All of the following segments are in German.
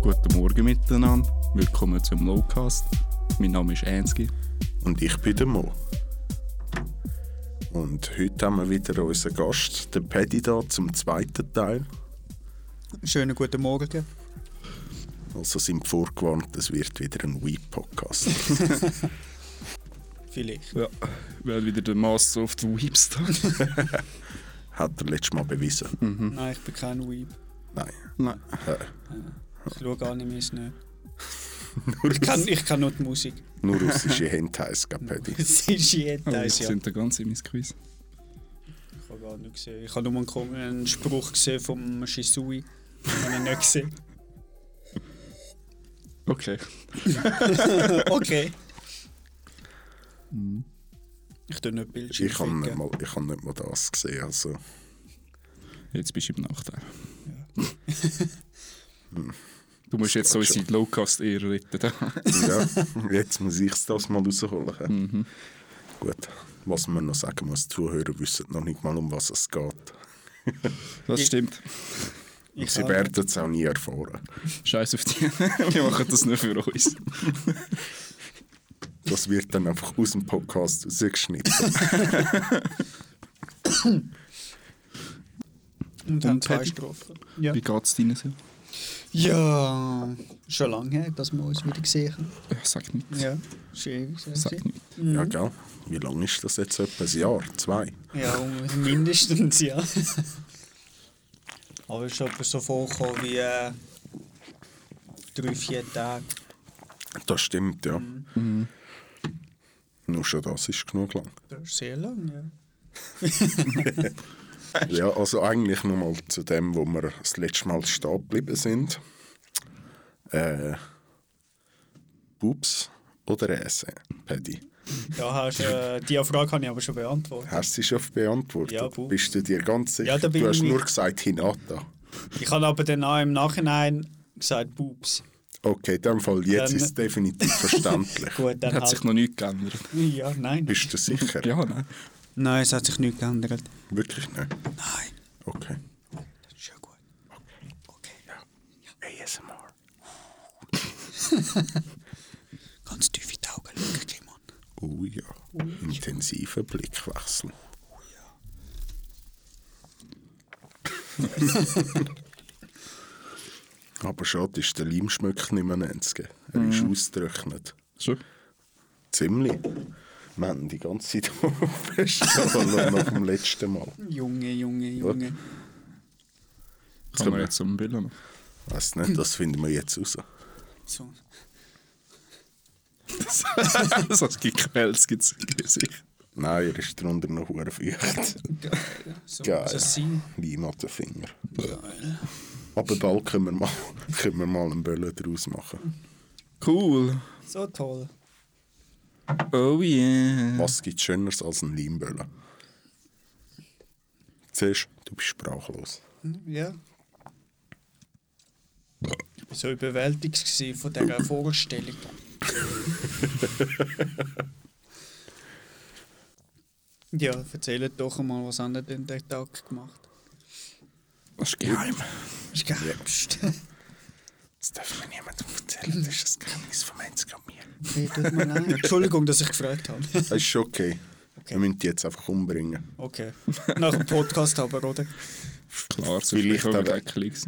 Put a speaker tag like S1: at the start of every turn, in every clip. S1: Guten Morgen miteinander, willkommen zum Lowcast. Mein Name ist Änsky.
S2: Und ich bin der Mo. Und heute haben wir wieder unseren Gast, den Paddy, da zum zweiten Teil.
S3: Schönen guten Morgen.
S2: Also sind wir vorgewarnt, es wird wieder ein Weep-Podcast.
S3: Vielleicht.
S1: Ja, weil wieder der Master of the Weeps
S2: Hat er letztes Mal bewiesen.
S3: Nein, ich bin kein Weeb.
S2: Nein.
S1: Nein.
S3: Ich schaue gar nicht mehr ins Nö. Ich kann, ich kann nur die Musik.
S2: Nur russische Hentais, gell, Paddy?
S3: Das ist jeden
S1: Oh,
S3: Tag,
S1: das
S3: ja.
S1: sind der ganze mein Quiz.
S3: Ich habe gar nicht gesehen. Ich habe nur einen, kom- einen Spruch gesehen vom Shisui. Ich habe ihn nicht gesehen.
S1: Okay.
S3: Okay.
S1: Mhm.
S3: Ich tue nicht Bildschirm.
S2: Ich habe nicht,
S3: ficken.
S2: mal- ich hab nicht mal das gesehen. Also,
S1: Jetzt bist du im Nachteil. du musst jetzt so
S2: geht
S1: unsere Lowcast eher retten.
S2: ja, jetzt muss ich das mal rausholen. hä?
S1: Mhm.
S2: Gut, was man noch sagen muss, die Zuhörer wissen noch nicht mal, um was es geht.
S1: Das stimmt.
S2: Und
S3: Ich
S2: sie
S3: auch
S2: werden es auch nie erfahren.
S1: Scheiß auf die. Wir machen das nur für uns.
S2: Das wird dann einfach aus dem Podcast rausgeschnitten.
S3: Und haben
S1: Und
S3: zwei
S1: Paddy.
S3: Strophen. Ja.
S1: Wie geht's dir so?
S3: ja, schon lange her, dass wir uns wieder gesehen haben.
S1: Ja, Äh, Sag nichts.
S3: Ja, schön.
S1: Sag nichts.
S2: Ja, gell? Wie lange ist das jetzt? Etwa ein Jahr? Zwei?
S3: Ja, um- mindestens, ja. Aber es ist etwa so vorgekommen wie äh, drei, vier Tage.
S2: Das stimmt, ja. Nur schon das ist genug lang.
S3: Das ist sehr lang, ja.
S2: Ja, also eigentlich nochmal zu dem, wo wir das letzte Mal stehen geblieben sind. Äh, Bubs oder Essen, Paddy?
S3: Ja, hast, äh, die Frage habe ich aber schon beantwortet.
S2: Hast du sie schon beantwortet?
S3: Ja, Bubs.
S2: Bist du dir ganz sicher?
S3: Ja, da bin
S2: du hast
S3: ich mir-
S2: nur gesagt Hinata.
S3: Ich habe aber dann auch im Nachhinein gesagt, Pups.
S2: Okay, in dem Fall, jetzt
S3: Dann-
S2: ist es definitiv verständlich.
S3: Gut, dann
S1: Hat
S3: halt.
S1: sich noch nichts geändert.
S3: Ja, nein.
S2: Bist du sicher?
S1: Ja, ne? nein.
S3: Nein, es hat sich nichts geändert.
S2: Wirklich nicht?
S3: Nein.
S2: Okay.
S3: Das ist ja gut. Okay,
S2: ASMR.
S3: ganz tief in die Augen schauen, Kimon.
S2: Oh ja, Oh intensiver Blickwechsel. Aber schade ist, der Leim schmeckt nicht mehr Nenzke. Er ist ausgetrocknet.
S1: Schon.
S2: Ziemlich. Wir haben die ganze Zeit festgehalten nach dem letzten Mal.
S3: Junge, Junge, Junge.
S1: Kann man jetzt zum Bilder machen.
S2: Weiss nicht, das finden wir jetzt raus.
S3: So.
S1: das hat gequält, das gibt es Gesicht.
S2: Nein, er ist darunter noch hure feucht.
S3: Geil. So
S2: Geil.
S3: muss es sein.
S2: Leim an den Finger.
S3: Geil.
S2: Aber bald können wir mal, können wir mal einen Böllen draus machen.
S1: Cool.
S3: So toll.
S1: Oh yeah.
S2: Was gibt Schöneres als ein Leimböllen? Siehst du, du bist sprachlos.
S3: Ja. Ich war so überwältigt gewesen von dieser Vorstellung. ja, erzählt doch mal, was habt ihr denn den Tag gemacht?
S1: Das ist geheim.
S3: Ist geil. Psst.
S2: Das darf mir niemand erzählen, das ist ein Geheimnis von Mensch an mir.
S3: Okay, tut mir leid. Entschuldigung, dass ich gefragt habe.
S2: Das ist okay.
S3: Okay.
S2: Wir müssen die jetzt einfach umbringen.
S3: Okay. Nach dem Podcast aber, oder?
S1: Klar, so
S2: Vielleicht
S1: bekommen wir
S2: aber-
S1: keine Klicks.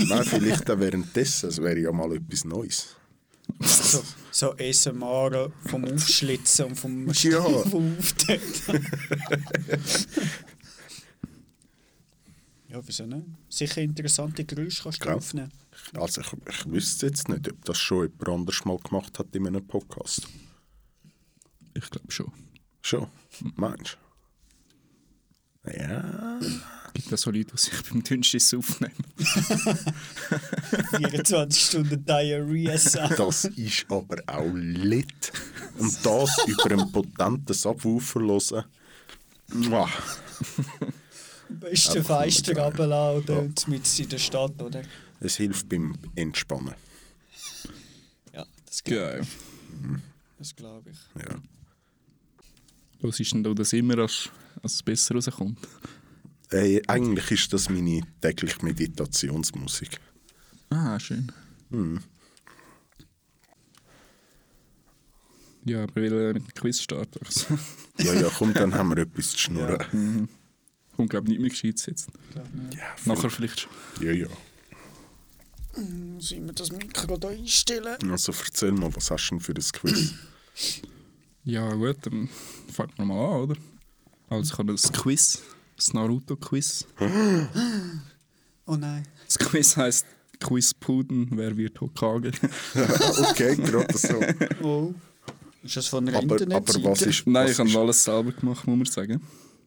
S2: Nein, vielleicht auch währenddessen, es wäre ja mal etwas Neues.
S3: So, so ASMR vom Aufschlitzen und vom,
S2: Ja.
S3: vom Auftreten. ja, wieso nicht? Sicher interessante Geräusche kannst du
S2: Gell?
S3: aufnehmen.
S2: Also ich, ich wüsste jetzt nicht, ob das schon jemand anders mal gemacht hat in einem Podcast.
S1: Ich glaube schon.
S2: Schon? Meinst du? Ja.
S1: Gibt es so Leute, die sich beim Dünnschiss aufnehmen?
S3: 24 Stunden Diarrhea sein.
S2: Das ist aber auch lit. Und das über einen potenten Subwoofer hören. Mua.
S3: Am besten Feister runterlassen oder mitten in der Stadt, oder?
S2: Es hilft beim Entspannen.
S3: Ja, das glaube
S1: Geil.
S3: das glaub ich.
S2: Ja.
S1: Was ist denn da das immer, als, als es besser rauskommt?
S2: Äh, eigentlich ist das meine tägliche Meditationsmusik.
S1: Ah, schön.
S2: Hm.
S1: Ja, aber weil er mit dem Quiz startet. Also,
S2: Ja, ja, komm, dann haben wir etwas zu schnurren.
S1: kommt, glaube ich, nicht mehr gescheit sitzen.
S2: Ja, voll.
S1: Nachher vielleicht schon.
S2: ja, ja.
S3: Sollen wir das Mikro da einstellen?
S2: Also erzähl mal, was hast du denn für ein Quiz?
S1: Ja, gut, dann fangen wir mal an, oder? Also, ich habe das Quiz, das Naruto-Quiz.
S3: Oh nein.
S1: Das Quiz heisst Quiz Puden, wer wird Hokage?
S2: okay, gerade so.
S3: Oh. Ist das von einer
S2: Aber,
S3: Internetseite?
S2: aber was, ist,
S1: Nein, ich
S2: was,
S1: habe
S2: ist,
S1: alles selber gemacht, muss man sagen.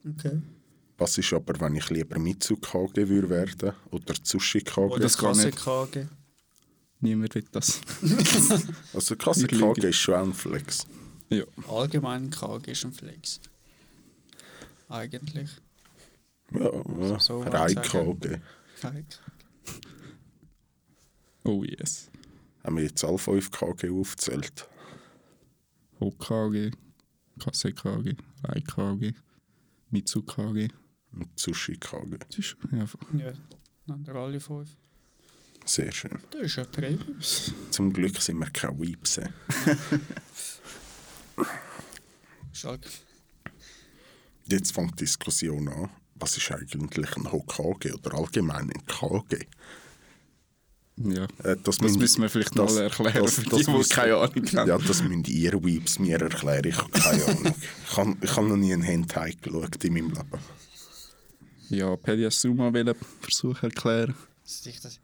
S3: Okay.
S2: was ist aber, wenn ich lieber Mitsu KG würde werden oder Sushi KG?
S3: Oder
S1: das geht
S3: Kasse
S1: nicht.
S3: KG.
S1: Niemand will das.
S2: Also Kasse
S1: Ich lüge.
S2: KG ist schon ein Flex.
S1: ja.
S3: Allgemein KG ist ein Flex. Eigentlich.
S2: Ja, ja.
S3: So was
S2: Rein
S3: sagen.
S2: KG.
S3: Kein-
S1: Oh yes.
S2: Haben wir jetzt alle 5 KG aufgezählt?
S1: Hokage, Kasekage, Reikage, Mitsukage.
S2: Und Sushi KG.
S1: Das ist ja, f-
S3: Ja, dann haben wir alle fünf.
S2: Sehr schön.
S3: Das ist ja Premium.
S2: Zum Glück sind wir keine Weeps. eh.
S3: Schalke.
S2: Jetzt fängt die Diskussion an. Was ist eigentlich ein Hokage oder allgemein ein KG?
S1: ja.
S2: Äh, das
S1: Das müssen wir vielleicht noch alle erklären, für die, die
S2: müssen-
S1: keine Ahnung haben.
S2: Ja, das müssen ihr Weeps mir erklären. Ich habe keine Ahnung. ich habe ich hab noch nie einen Hentai geschaut in meinem Leben.
S1: Ja, Pediasuma will versuchen erklären.
S3: Dass ich das-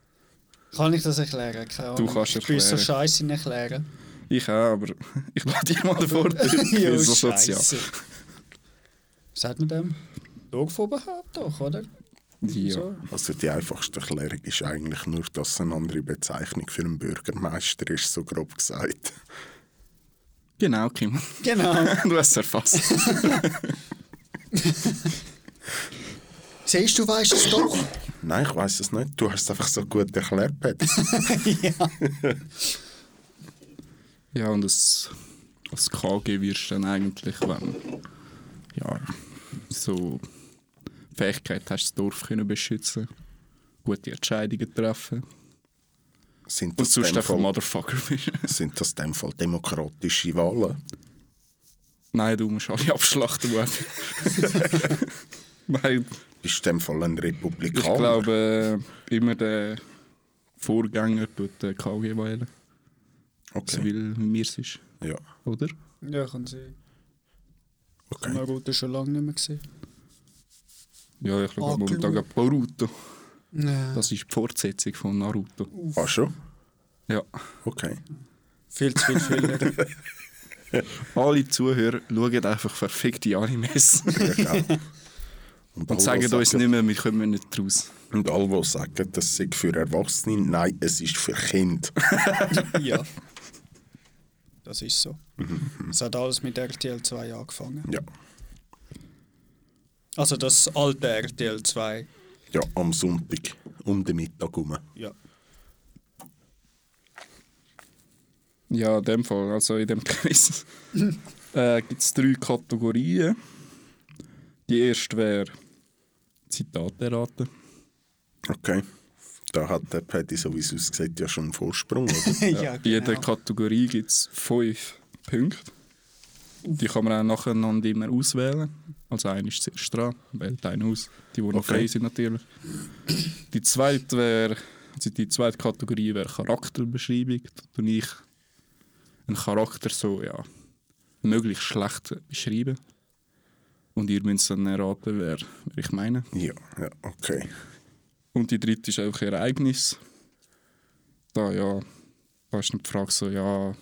S3: Kann ich das erklären? Keine
S1: Du
S3: Ahnung.
S1: kannst
S3: Ich bin so
S1: erklären.
S3: scheiße in erklären.
S1: Ich auch, aber ich lade dich mal vor.
S3: Jo,
S1: so sozial.
S3: Scheisse. Sagt man dem? Logophob überhaupt doch, oder?
S1: Ja.
S3: So.
S2: Also die einfachste Erklärung ist eigentlich nur, dass es eine andere Bezeichnung für einen Bürgermeister ist, so grob gesagt.
S1: Genau, Kim.
S3: Genau.
S1: Du hast es erfasst.
S3: Siehst du, weißt es doch.
S2: Nein, ich weiß es nicht. Du hast es einfach so gut erklärt, Pat.
S1: ja, und als, als KG wirst du dann eigentlich, wenn ja, so die Fähigkeit hast, das Dorf können beschützen gute Entscheidungen treffen
S2: Sind
S1: und
S2: das, in
S1: sonst
S2: dem
S1: einfach
S2: Fall,
S1: Motherfucker bist.
S2: sind das in dem Fall demokratische Wahlen?
S1: Nein, du musst alle abschlachten. Mann. Nein,
S2: Ist in dem Fall ein
S1: ich
S2: Republikaner?
S1: glaube, äh, immer der Vorgänger tut den KG wählen, so
S2: Okay.
S1: will mir es ist,
S2: Ja,
S1: oder?
S3: Ja, kann sein. Okay.
S2: okay.
S3: Naruto schon lange nicht mehr gesehen.
S1: Ja, ich
S3: Ah,
S1: schaue momentan
S3: klar.
S1: gerade Boruto.
S3: Nein.
S1: Das ist die Fortsetzung von Naruto.
S2: Ah, schon?
S1: Ja.
S2: Okay.
S3: Viel zu viel Fehler.
S1: Alle Zuhörer schauen einfach verfickte Animes
S2: Ja, gell.
S1: und sagen uns nicht mehr, wir kommen nicht raus.
S2: Und alle, die sagen, das sei für Erwachsene, nein, es ist für Kinder.
S3: ja. Mhm. Das ist so. Es hat alles mit RTL 2 angefangen.
S2: ja.
S3: Also das alte RTL 2.
S2: ja, am Sonntag um den Mittag herum.
S3: Ja.
S1: Ja, in dem Fall, also in dem Quiz, äh, gibt es drei Kategorien. Die erste wäre Zitate erraten.
S2: Okay. Da hat der Paddy, so wie es aussieht, ja schon einen Vorsprung, oder?
S3: ja, genau.
S1: In jeder Kategorie gibt es fünf Punkte. Die kann man auch nacheinander immer auswählen. Also eine ist zuerst dran, wählt einen aus. Die, die noch
S2: Okay.
S1: frei sind natürlich. Die zweite wäre, also die zweite Kategorie wäre Charakterbeschreibung. Da tue ich einen Charakter so, ja, möglichst schlecht beschreiben. Und ihr müsst dann erraten, wer, wer ich meine.
S2: ja, ja, okay.
S1: Und die dritte ist einfach Ereignis. Da ja, da ist dann die Frage so, ja,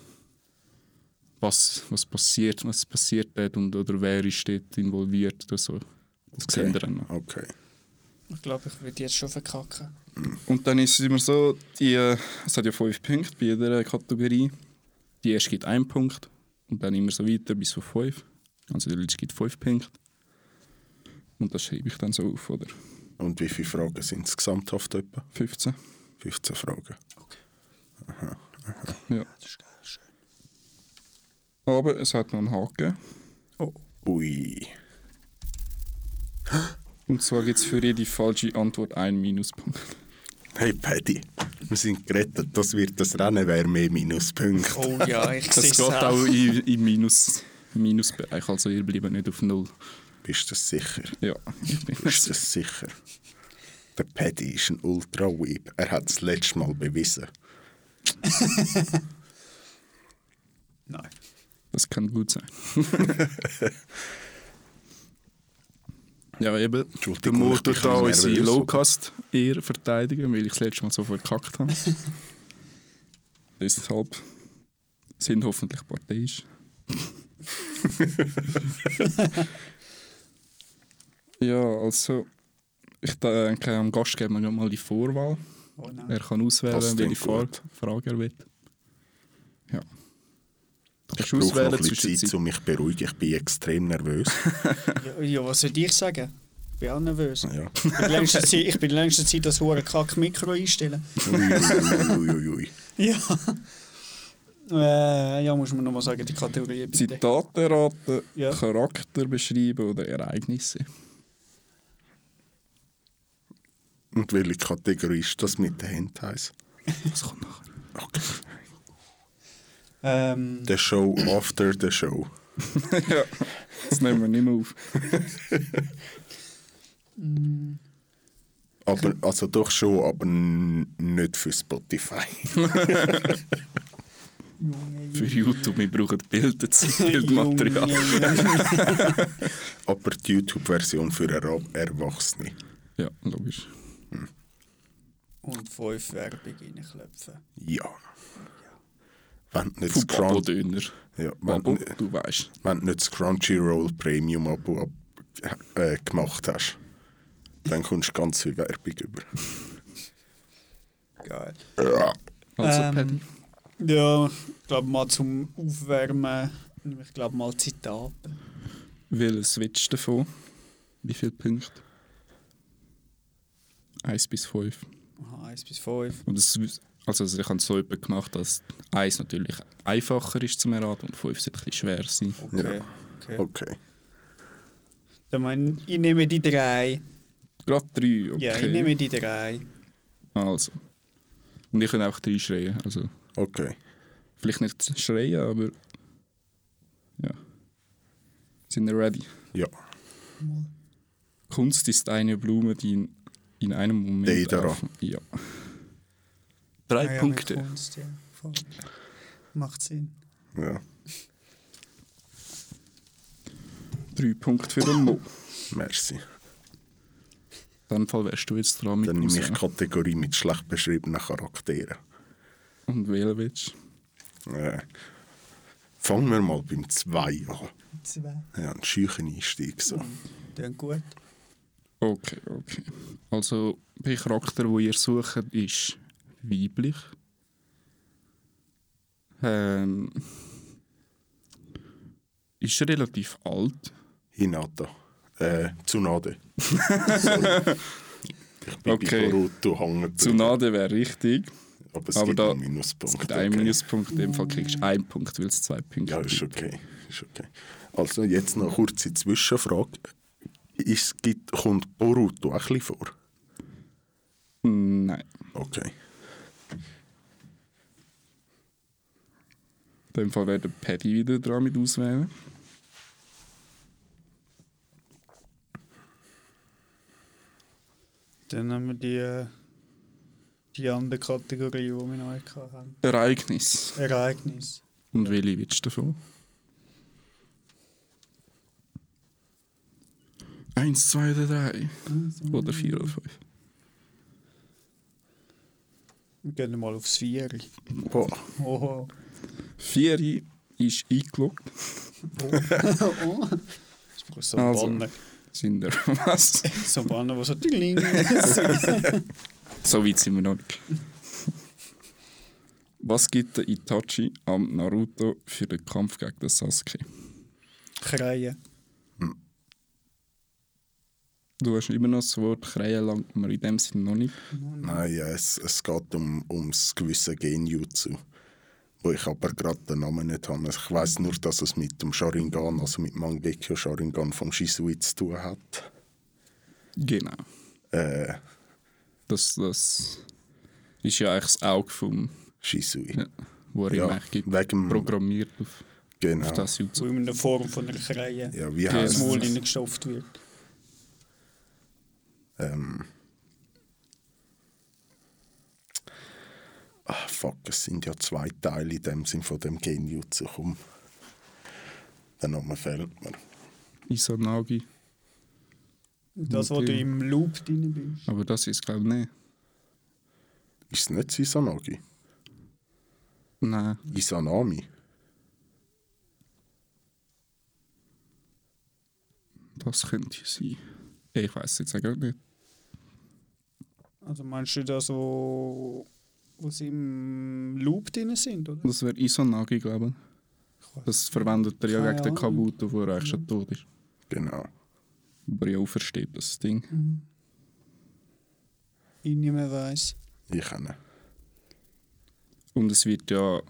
S1: was, was passiert, was passiert dort und oder wer ist dort involviert oder so. Das sehen wir dann noch.
S2: Okay.
S3: Ich glaube, ich würde jetzt schon verkacken.
S1: Und dann ist es immer so, die, es hat ja fünf Punkte bei jeder Kategorie. Die erste gibt einen Punkt und dann immer so weiter bis auf fünf. Also die letzte gibt fünf Punkte. Und das schreibe ich dann so auf, oder?
S2: Und wie viele Fragen sind es gesamthaft etwa?
S1: 15.
S2: 15 Fragen.
S1: Ja.
S3: Das ist geil, schön.
S1: Aber es hat noch einen Haken.
S3: Oh.
S2: Ui.
S1: Und zwar gibt es für jede falsche Antwort einen Minuspunkt.
S2: Hey Paddy, Wir sind gerettet. Das wird das Rennen, wäre mehr Minuspunkte.
S3: Oh ja, ich sehe
S1: Das
S3: es
S1: geht auch im im Minus, Minusbereich, also ihr bleibt nicht auf Null.
S2: Bist du das sicher?
S1: Ja, ich bin
S2: Bist du das sicher? Der Paddy ist ein Ultra-Weeb. Er hat es letztes Mal bewiesen.
S3: Nein.
S1: Das kann gut sein. ja, eben. Der
S2: Entschuldigung,
S1: Mo
S2: ich bin
S1: tut da
S2: ein bisschen
S1: unsere
S2: nervös.
S1: Lowcast eher verteidigen, weil ich das letzte Mal so verkackt habe. Deshalb sind hoffentlich parteiisch. ja, also ich denke, am Gast geben wir mal die Vorwahl.
S3: Oh
S1: Er
S3: nein.
S1: kann auswählen,
S2: Das
S1: welche
S2: klingt
S1: Frage, Frage er will. Ja. Du
S2: Ich
S1: kannst
S2: brauche noch
S1: auswählen
S2: ein bisschen
S1: zwischen
S2: Zeit, um mich zu beruhigen. Ich bin extrem nervös.
S3: Ja, ja, was soll ich sagen? Ich bin auch nervös.
S2: Ja.
S3: Ich bin längste Zeit, ich bin längste Zeit das hure kack Mikro einstellen.
S2: Uiuiuiui.
S3: Ja. Äh, ja, muss man nochmal sagen, die Kategorie bitte.
S1: Zitate raten,
S3: Ja.
S1: Charakter beschreiben oder Ereignisse.
S2: Und welche Kategorie ist das mit den Hentais?
S1: Was kommt nachher?
S2: Okay.
S3: Ähm,
S2: The Show after the Show.
S1: ja, das nehmen wir nicht mehr auf.
S2: Aber, also doch schon, aber n- nicht für Spotify.
S1: Für YouTube, wir brauchen Bilder, Bildmaterial.
S3: Bildmaterial.
S2: Aber die YouTube-Version für Erwa- Erwachsene.
S1: ja, logisch.
S3: Und fünf Werbung reinklopfen.
S2: Ja. Wenn du nicht das Crunch-
S1: Fußball-Döner.
S2: ja,
S1: Babo,
S2: wenn,
S1: du weißt.
S2: wenn du nicht das Crunchyroll Premium Abo ab, äh, gemacht hast, dann kommst du ganz viel Werbung über.
S3: Geil.
S2: Ja.
S1: Also,
S3: Ähm,
S1: Paddy.
S3: Ja, ich glaube mal zum Aufwärmen, ich glaube mal Zitate.
S1: Welchen Switch davon? Wie viele Punkte? 1 bis 5.
S3: Aha, 1 bis 5.
S1: Und das, also also ich habe es so etwa gemacht, dass 1 natürlich einfacher ist zum Erraten und 5 sollte ein bisschen schwer sein.
S3: Okay.
S2: Ja.
S3: okay.
S2: Okay.
S3: Dann mein, ich nehme die drei.
S1: Gerade 3, okay.
S3: Ja, ich nehme die drei.
S1: Also. Und ich kann einfach drei schreien. Also,
S2: Okay.
S1: vielleicht nicht schreien, aber. Ja. Sind wir ready?
S2: Ja.
S1: Kunst ist eine Blume, die in, in einem Moment.
S2: Deiderer.
S1: auf- Ja. Drei
S3: Ah ja, mit
S1: Punkte.
S3: Kunst, ja, voll. Macht Sinn.
S2: Ja.
S1: Drei Punkte für den Mo.
S2: Merci.
S1: In dem Fall wärst du jetzt dran mit
S2: Dann nehme ich
S1: Musik.
S2: Kategorie mit schlecht beschriebenen Charakteren.
S1: Und wählen willst.
S2: Äh, fangen wir mal beim 2 an.
S3: Zwei.
S2: Ja, ein scheuchen Einstieg. So.
S3: Dann gut.
S1: Okay, okay. Also, der Charakter, den ihr sucht, ist weiblich. Ähm, ist relativ alt.
S2: Hinata. Äh, Tsunade. Sorry. ich bin
S1: Okay.
S2: bei Boruto hängen. geblieben.
S1: Tsunade wäre richtig.
S2: Aber es
S1: aber
S2: gibt
S1: da-
S2: einen
S1: Es
S2: Minuspunkt.
S1: gibt einen Minuspunkt, in dem Fall kriegst du einen Punkt, weil es zwei Punkte
S2: Ja, ist
S1: gibt.
S2: okay. ist okay. Also, jetzt noch eine kurze Zwischenfrage. Es gibt, kommt Boruto auch ein bisschen vor?
S1: Nein,
S2: Okay.
S1: in dem Fall wäre der Paddy wieder dran mit auswählen.
S3: Dann haben wir die, die andere Kategorie, die wir noch nicht hatten.
S1: Ereignis.
S3: Ereignis.
S1: Und welche willst du davon? Eins, zwei oder drei? Oder vier oder fünf?
S3: Wir gehen mal aufs Vieri.
S2: Boah.
S3: Oho.
S1: Vieri ist eingeloggt.
S3: Oh. Ich brauche so einen
S1: Also.
S3: Banner.
S1: Sind er was?
S3: So einen Banner, der so dingling
S1: so weit sind wir noch nicht. Was gibt der Itachi am Naruto für den Kampf gegen den Sasuke?
S3: kreien.
S1: Du hast immer noch das Wort Kreien langt mir in dem Sinne noch nicht.
S2: Nein, ja, es, es geht um, ums gewisse Genjutsu, wo ich aber gerade den Namen nicht habe. Ich weiß nur, dass es mit dem Sharingan, also mit Mangekyo Sharingan vom Shisui zu tun hat.
S1: Genau.
S2: Äh,
S1: Das, das Ist ja eigentlich das Auge vom,
S2: Shisui.
S1: Ja. wo er ihm
S2: Ja,
S1: eigentlich gibt,
S2: wegen dem-
S1: programmiert auf,
S2: Genau.
S1: auf das Jutsu.
S3: Wo immer in der Form von einer Kreie
S2: Ja, wie
S1: Genau.
S3: ins
S2: heißt
S3: Maul
S1: das-
S3: hineingestopft wird.
S2: ähm, Ah, fuck, es sind ja zwei Teile in dem Sinn von dem Genjutsu. Komm. Der Name fehlt mir.
S1: Isanagi.
S3: Das, wo
S1: Okay.
S3: du im Loop drin bist.
S1: Aber das ist, glaube ich, nicht.
S2: Ist es nicht Isanagi?
S1: Nein.
S2: Isanami?
S1: Das könnte sein. Ich weiß es jetzt eigentlich nicht.
S3: Also meinst du das, wo, wo sie im Loop drin sind, oder?
S1: Das wäre Isanagi, glaube ich. Das verwendet er ja
S3: Keine
S1: gegen den
S3: Ahnung.
S1: Kabuto, wo er eigentlich schon tot ist.
S2: Genau.
S1: Aber ja, versteht das Ding.
S3: Ich nicht mehr weiss.
S2: Ich kenne.
S1: Und es wird ja.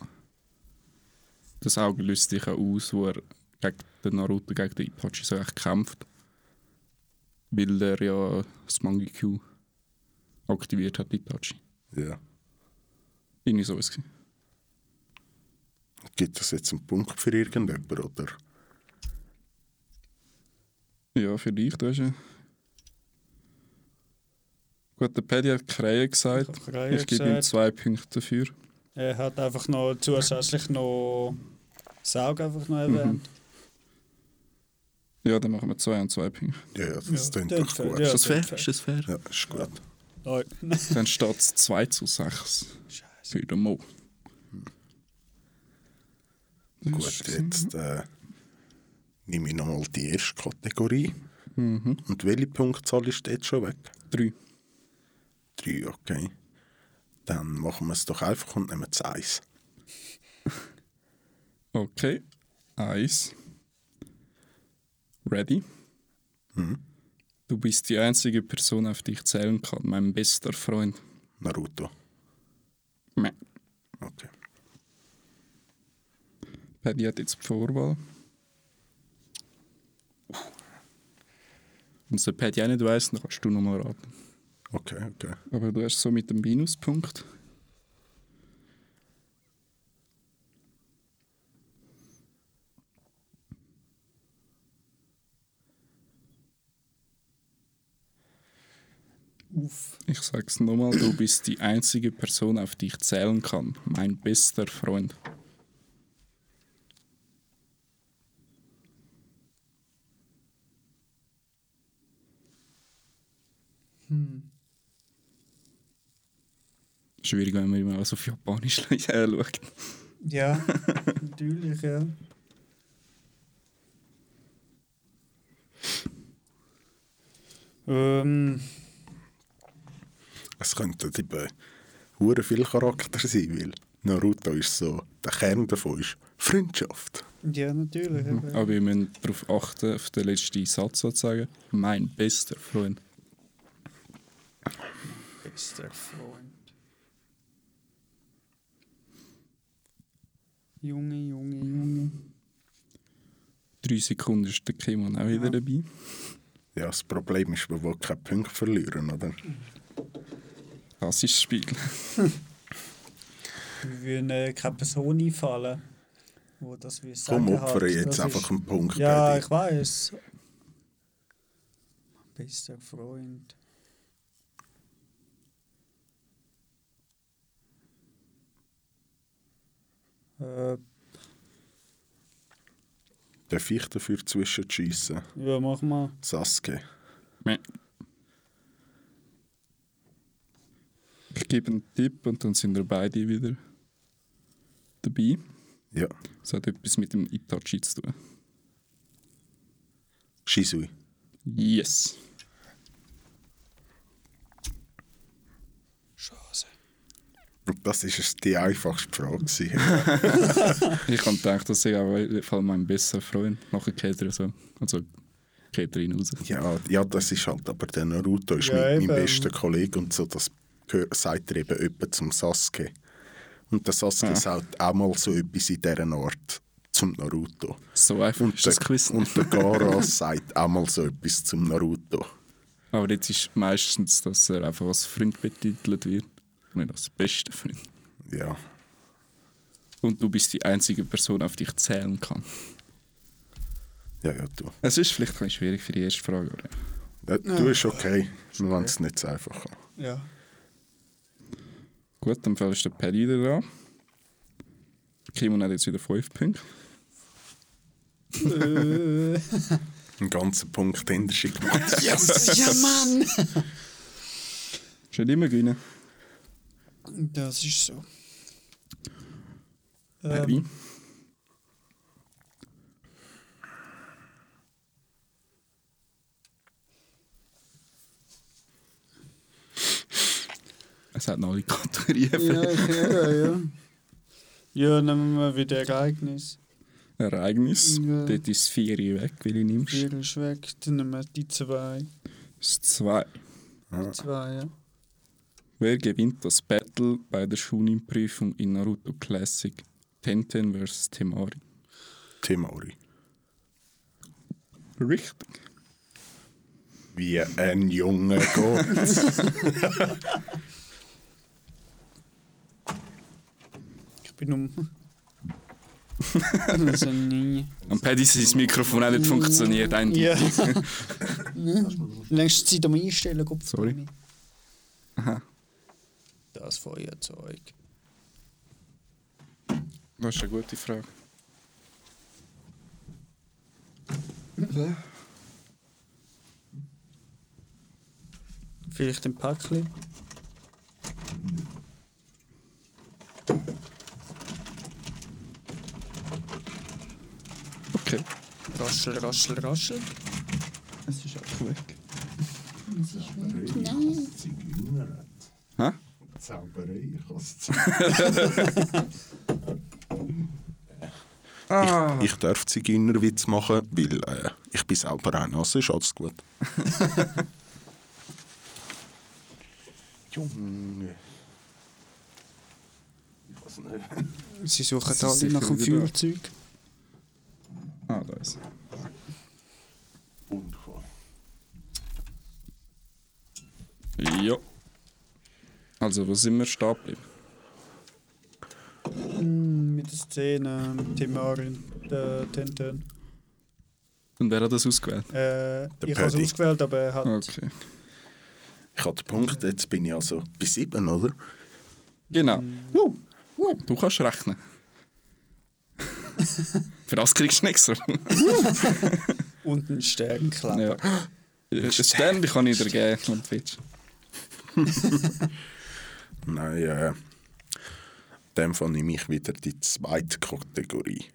S1: Das Auge löst sich ja aus, wo er gegen den Naruto, gegen den Itachi so echt kämpft. Weil er ja das Mangekyu aktiviert hat, Itachi.
S2: Ja.
S1: Irgendwie so ist es. gewesen.
S2: Gibt es jetzt einen Punkt für irgendjemanden, oder?
S1: Ja, für dich, du hast ja. Gut, der Paddy hat Krähe gesagt.
S3: Ich hab Kreie
S1: Ich gebe ihm
S3: gesagt.
S1: zwei Punkte dafür.
S3: Er hat einfach noch zusätzlich noch Saug einfach noch erwähnt.
S1: Ja, dann machen wir zwei und zwei Punkte.
S2: Ja, ja, das
S3: Ja.
S2: klingt
S3: Klingt
S2: doch
S3: fair,
S2: gut.
S3: ja.
S2: Ja.
S3: das fair? Ist
S1: das fair?
S2: ist gut.
S3: Nein.
S1: Dann steht es 2 zu 6
S3: Scheiße.
S1: für den Mo.
S2: Gut, jetzt äh, nehme ich nochmal die erste Kategorie.
S3: Mhm.
S2: Und welche Punktzahl ist jetzt schon weg?
S1: 3.
S2: Drei, okay. Dann machen wir es doch einfach und nehmen das Eis.
S1: Okay. Eins. Ready?
S3: Mhm.
S1: Du bist die einzige Person, auf die ich zählen kann. Mein bester Freund.
S2: Naruto.
S1: Meh.
S2: Okay.
S1: Paddy hat jetzt die Vorwahl. Wenn es der Paddy auch nicht weiss, dann kannst du nochmal raten.
S2: Okay, okay.
S1: Aber du hast so mit dem Minuspunkt.
S3: Uff.
S1: Ich sag's nochmal, du bist die einzige Person, auf die ich zählen kann. Mein bester Freund.
S3: Hm.
S1: Schwierig, wenn man immer so auf Japanisch schaut.
S3: Ja, natürlich, ja. Ähm,
S2: Es könnten eben hure viel Charakter sein, weil Naruto ist so, der Kern davon ist Freundschaft.
S3: ja, natürlich. eben.
S1: Aber wir müssen darauf achten, auf den letzten Satz sozusagen. Mein bester Freund.
S3: Bester Freund. Junge, Junge, Junge.
S1: Drei Sekunden ist der Kimon auch wieder dabei.
S2: Ja, das Problem ist, man will keinen Punkt verlieren, oder?
S1: Das ist das Spiel.
S3: Wir würden äh, keine Person einfallen, wo das wir sagen
S2: Komm, opfere
S3: hat.
S2: jetzt
S3: Das
S2: einfach einen Punkt.
S3: Ist, ja,
S2: Paddy.
S3: ich weiß. Bester Freund. Äh,
S2: Darf ich dafür zwischenschiessen?
S3: ja, mach mal.
S2: Sasuke.
S1: Meh. Ich gebe einen Tipp und dann sind wir beide wieder dabei.
S2: Ja.
S1: Das hat etwas mit dem Itachi zu tun.
S2: Shisui.
S1: Yes.
S3: Chance.
S2: Und Das ist die einfachste Frage. gewesen.
S1: Ich habe gedacht, das ist auf jeden Fall mein bester Freund. Nachher geht er so. Also geht er ihn raus.
S2: ja, ja, das ist halt, aber der Naruto ist
S3: Ja,
S2: mein,
S3: eben.
S2: mein bester Kollege und so, das gehört, sagt er eben öppe zum Sasuke. Und der Sasuke sagt auch mal so etwas in dieser Art zum Naruto.
S1: So einfach
S2: Und
S1: ist das Quiz.
S2: der, und der Gara sagt auch mal so etwas zum Naruto.
S1: Aber jetzt ist meistens, dass er einfach als Freund betitelt wird. bezeichnen als besten Freund.
S2: Ja.
S1: Und du bist die einzige Person, auf die ich zählen kann.
S2: Ja, ja, du.
S1: Es ist vielleicht ein bisschen schwierig für die erste Frage, oder?
S2: Ja, du ist okay. Wir wollen es nicht so einfach haben.
S3: Ja.
S1: Gut, dann fällst du Paddy wieder an. Kimon hat jetzt wieder 5 Punkte.
S3: äh,
S2: Einen ganzen Punkt hinterher gemacht.
S3: ja, Mann!
S1: Ist nicht immer gewinnen.
S3: Das ist so. Ähm,
S1: Paddy. Es hat noch alle Kategorien
S3: Ja,
S1: für
S3: ja, ja. Ja, nehmen wir wieder Ereignis.
S1: Ereignis.
S3: Ja.
S1: Dort ist 4 weg, weil du nimmst.
S3: Vier ist weg, dann nehmen wir die zwei.
S1: Das 2.
S3: Zwei, ja.
S1: Wer gewinnt das Battle bei der Shunin-Prüfung in Naruto Classic? Tenten vs. Temari.
S2: Timori.
S1: Richtig.
S2: Wie ein Junge geht.
S3: Ich bin um. also nie.
S1: Am Paddy hat sein Mikrofon auch nicht funktioniert. eigentlich.
S3: Ja. Längste Zeit am Einstellen, Gott
S1: Sorry.
S3: Aha. Das Feuerzeug.
S1: Das ist eine gute Frage.
S3: Vielleicht ein Päckchen.
S1: Okay.
S3: Raschel, raschel, raschel.
S1: Es ist einfach weg. Hä?
S2: Zauberei, ich
S1: Ah.
S2: Ich darf Zigeunerwitz machen, weil äh, ich bin selber auch nass, ist alles gut. Junge. Ich weiß nicht.
S3: Sie suchen
S1: ist
S3: alle
S1: sicher
S3: nach dem
S1: wieder da.
S3: Feuerzeug.
S1: Ah, da ist er.
S2: Wunderbar.
S1: Ja. Also, wo sind wir stehen geblieben?
S3: Mm, Mit der Szene, mit dem Marin, der Tenten.
S1: Und wer hat das ausgewählt?
S3: Äh, ich habe es
S2: Paddy.
S3: ausgewählt, aber er hat.
S1: Okay.
S2: Ich habe den Punkt, jetzt bin ich also bei sieben, oder?
S1: Genau. Uh, uh, du kannst rechnen. Für das kriegst du nichts.
S3: Und einen Sternklapp.
S1: ja. Ein Stern kann ich dir geben, wenn du willst.
S2: Nein, äh, in dem Fall nehme ich wieder die zweite Kategorie.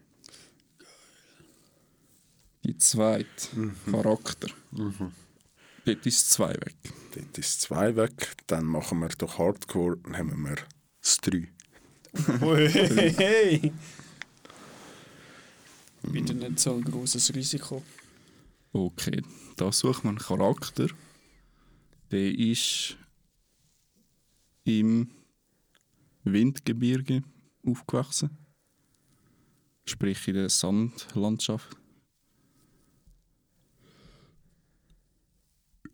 S1: Die zweite. Charakter. Mhm. Dort ist zwei weg.
S2: Dort ist zwei weg, dann machen wir doch Hardcore, nehmen wir das drei.
S3: Ui, hey, hey. Bitte nicht so ein großes Risiko.
S1: Okay, da sucht man einen Charakter. Der ist im Windgebirge aufgewachsen. Sprich in der Sandlandschaft.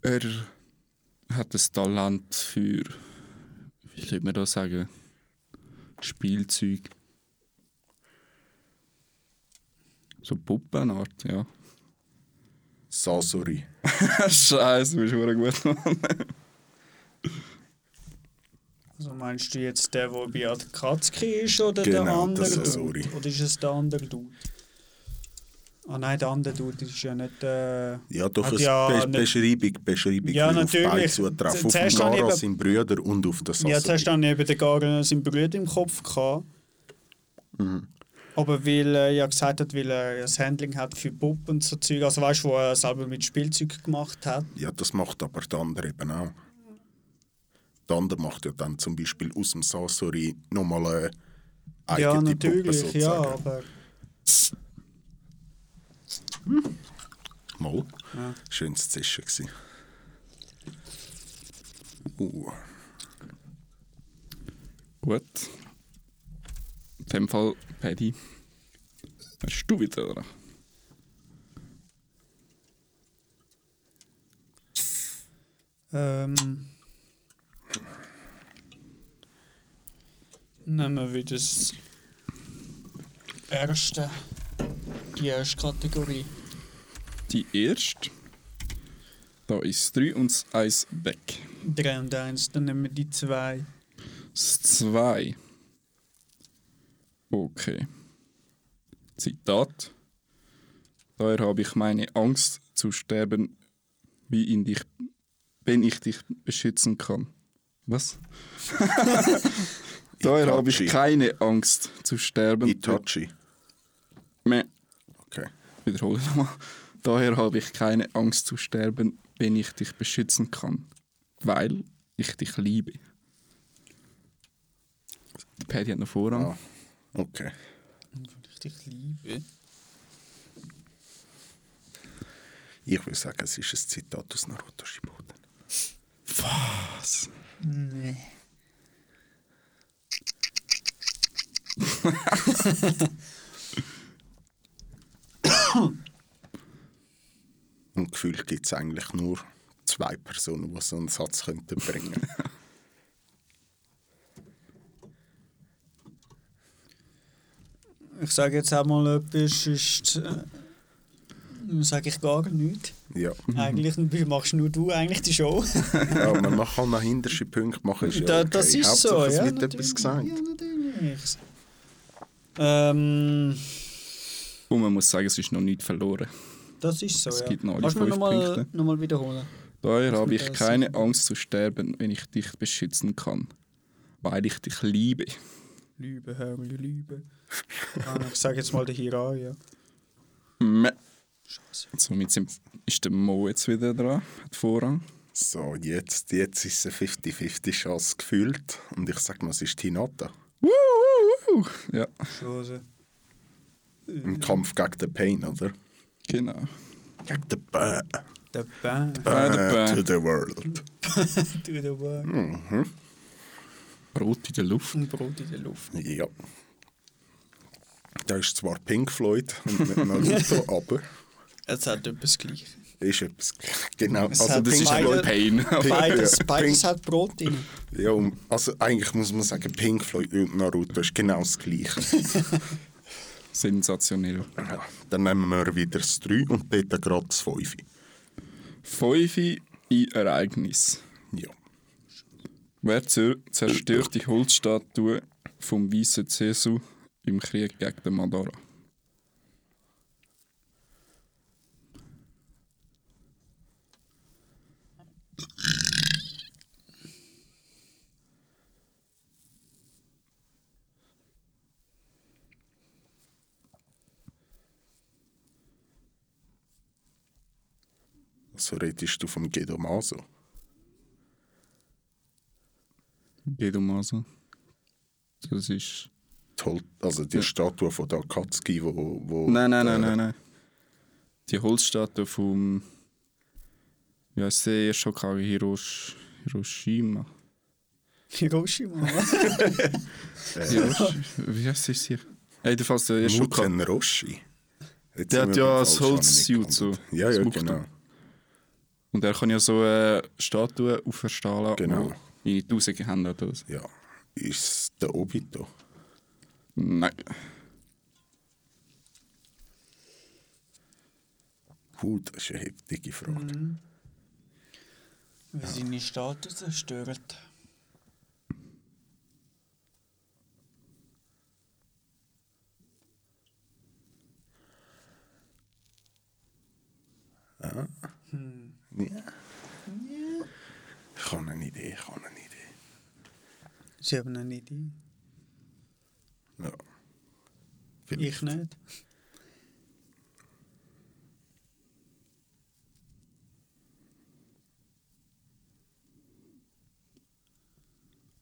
S1: Er hat das Talent für, wie soll man das sagen, Spielzeug. So Puppenart, ja.
S2: Sasori.
S1: Scheiße, du bist verdammt gut.
S3: Also meinst du jetzt der, der bei Katzki ist oder der
S2: Genau,
S3: andere
S2: das ist
S3: Dude?
S2: Sasori.
S3: Oder ist es der andere Dude? Ah nein, der andere Dude ist ja nicht. Äh,
S2: Ja, doch,
S3: Hat
S2: eine
S3: ja
S2: Be
S3: nicht-
S2: Beschreibung, Beschreibung
S3: Ja,
S2: weil
S3: natürlich.
S2: auf beide zutreffen. Auf den
S3: Zuerst habe ich
S2: Gara,
S3: eben-
S2: seinen Brüder und auf also- den Sasori.
S3: ja, zuerst hatte ich eben den Garen seinen Bruder im Kopf. Gehabt.
S2: Mhm.
S3: Aber weil er ja gesagt hat, weil er das Handling hat für Puppen und so Zeug, also weißt du, wo er selber mit Spielzeug gemacht hat.
S2: ja, das macht aber der andere eben auch. Der andere macht ja dann zum Beispiel aus dem Sasori nochmal eine eigene
S3: ja,
S2: Puppe
S3: natürlich, ja,
S2: sozusagen.
S3: aber.
S2: Mal.
S3: Ja.
S2: Schönes Zischen gewesen. Uh,
S1: Gut. In dem Fall, Paddy, bist du wieder dran.
S3: Ähm, Nehmen wir das erste. Die erste Kategorie.
S1: Die erste. Da ist 3 und das 1 weg.
S3: 3 und 1, dann nehmen wir die 2.
S1: Das 2. Okay. Zitat. Daher habe ich meine Angst zu sterben, wie in dich, wenn ich dich beschützen kann. Was? Daher habe ich
S2: Itachi.
S1: keine Angst zu sterben.
S2: Itachi.
S1: Meh.
S2: Okay.
S1: wiederhole nochmal. Daher habe ich keine Angst zu sterben, wenn ich dich beschützen kann, weil ich dich liebe. Der Paddy hat noch Vorrang.
S2: Ah, okay.
S3: Weil ich dich liebe.
S2: Ich würde sagen, es ist ein Zitat aus Naruto Shippuden.
S1: Was?
S3: Nee.
S2: Und gefühlt gibt es eigentlich nur zwei Personen, die so einen Satz könnten bringen
S3: Ich sage jetzt auch mal etwas, ist. Äh, sage ich gar nichts.
S2: ja.
S3: Eigentlich machst nur du eigentlich die Show.
S2: ja, aber man kann noch hinterste Punkte machen. Ist ja
S3: Da-
S2: okay.
S3: Das ist so,
S2: Hauptsache,
S3: ja.
S2: Es wird etwas
S3: natürlich. Ja,
S2: gesagt.
S3: natürlich. Ähm,
S1: Und man muss sagen, es ist noch nicht verloren.
S3: das ist so,
S1: Es
S3: ja.
S1: gibt noch alle
S3: Kannst du mir
S1: fünf
S3: nochmal
S1: Punkte.
S3: noch mal wiederholen?
S1: Daher habe
S3: das
S1: ich
S3: ist
S1: keine Angst zu sterben, wenn ich dich beschützen kann, weil ich dich liebe.
S3: Liebe, Herrli, Liebe. Ah, ich sage jetzt mal den Hirai, ja.
S1: Meh.
S3: Scheiße.
S1: Somit sind, ist der Mo jetzt wieder dran, hat Vorrang.
S2: So, jetzt, jetzt ist es eine 50-50-Chance gefühlt. Und ich sage mal, es ist Hinata.
S1: Woo, woo, woo. Ja,
S3: Schose.
S2: Im Kampf gegen den Pain, oder?
S1: genau.
S2: Gegen den Pain.
S3: Der Bang.
S1: Äh, der
S2: Pain to
S1: Pain.
S2: the world.
S3: Du der Bang.
S1: Brot in der Luft.
S3: Und Brot in der Luft.
S2: Ja. Da ist zwar Pink Floyd und nicht Naruto, aber
S3: Es hat etwas gleich.
S2: ist etwas. Genau.
S3: Es
S2: Also,
S3: hat
S2: das
S1: Das ist
S2: ist
S3: Pink
S1: ein
S3: Floyd.
S1: Pain.
S3: Beides,
S2: Ja.
S3: beides hat Brot drin.
S2: Ja, und- also eigentlich muss man sagen, Pink Floyd und Naruto ist genau das Gleiche.
S1: Sensationell.
S2: ja. Dann nehmen wir wieder das 3 und dort gerade das 5.
S1: Fünfe in Ereignis.
S2: Ja.
S1: Wer zer- zerstört die Holzstatue vom weißen Jesu im Krieg gegen den Madara?
S2: So Also redest du vom Gedomaso.
S1: Gedomaso. Das ist.
S2: Toll, also die Statue von der Akatsuki, wo, wo
S1: Nein, nein, nein, nein, nein. Die Holzstatue vom. Ja, sehr Shokawa Hirosh, Hiroshima.
S3: Hiroshima.
S2: äh,
S1: Hirosh, wie heißt es hier? Jedenfalls äh, der Shokawa.
S2: Muten Roshi. Jetzt
S1: Der
S2: sind
S1: hat
S2: wir
S1: ja
S2: beim
S1: das
S2: Falschen
S1: Holzsuit so.
S2: angelandet. Ja, ja,
S1: Das Buch
S2: genau.
S1: Und er kann ja so eine Statue auferstehen lassen.
S2: Genau.
S1: die nicht rausgehauen hat oder so.
S2: Ja. Ist der Obito.
S1: Nein.
S2: Huh, das ist eine heftige
S3: Mhm.
S2: Frage.
S3: Wie seine Statue zerstört.
S2: Ja. Ich habe eine Idee, ich habe eine Idee.
S3: Sie haben eine Idee.
S2: Ja. Vielleicht.
S3: Ich nicht.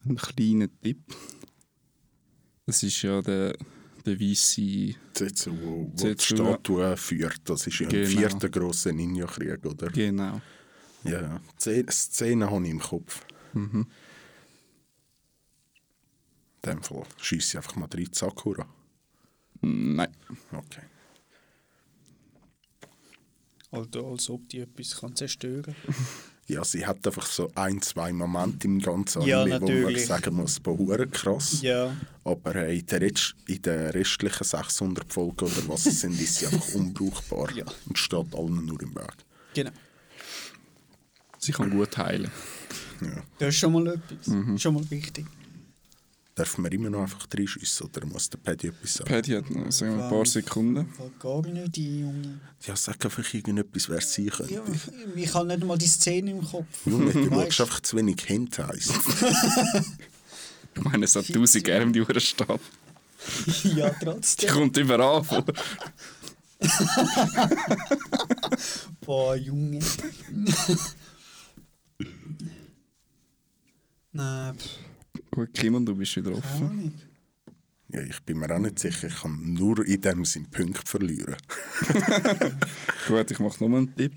S1: Ein kleiner Tipp. Das ist ja der, der weiße.
S2: Jetzt, wo, wo die
S1: Setsu, ja.
S2: Statue führt, das ist ja ein
S1: Genau.
S2: vierter grosser Ninja-Krieg, oder?
S1: Genau.
S2: Ja, ja. Szene, Szene habe ich im Kopf.
S1: Mhm.
S2: In dem Fall schiesse ich einfach mal drei Sakura.
S1: Nein.
S2: Okay.
S3: Also, als ob die etwas kann zerstören
S2: Ja, sie hat einfach so ein, zwei Momente im ganzen
S3: Ja,
S2: Anime, wo man
S3: natürlich.
S2: sagen muss, behuren krass.
S3: Ja.
S2: Aber äh, in, der Rest, in den restlichen 600 Folgen oder was es sind, ist sie einfach unbrauchbar
S3: Ja.
S2: und steht allen nur im Weg.
S3: Genau.
S1: Sie kann gut heilen.
S2: Ja.
S3: Das ist schon mal etwas.
S1: Mhm.
S3: Schon mal wichtig.
S2: Darf man immer noch einfach reinschiessen oder muss der Paddy etwas sagen?
S1: Paddy hat noch sagen wir, ein paar Sekunden.
S3: Fällt gar nicht ein, Junge.
S2: ja, sag einfach irgendetwas, wer es sein könnte.
S3: Ja, ich habe nicht mal die Szene im Kopf.
S2: Junge, du
S3: Weißt
S2: schaust einfach zu wenig Hentais.
S1: Ich meine, es hat 1000 Jahre in dieser Stadt.
S3: Ja,
S1: Die
S3: trotzdem.
S1: kommt überall vor.
S3: Boah, Junge. Nein, pff,
S1: Gut, Kim, und du bist wieder
S3: keine
S1: offen.
S3: Ahnung.
S2: Ja, ich bin mir auch nicht sicher, ich kann nur in dem Sinn Punkte verlieren.
S1: Gut, ich mache nochmal einen Tipp.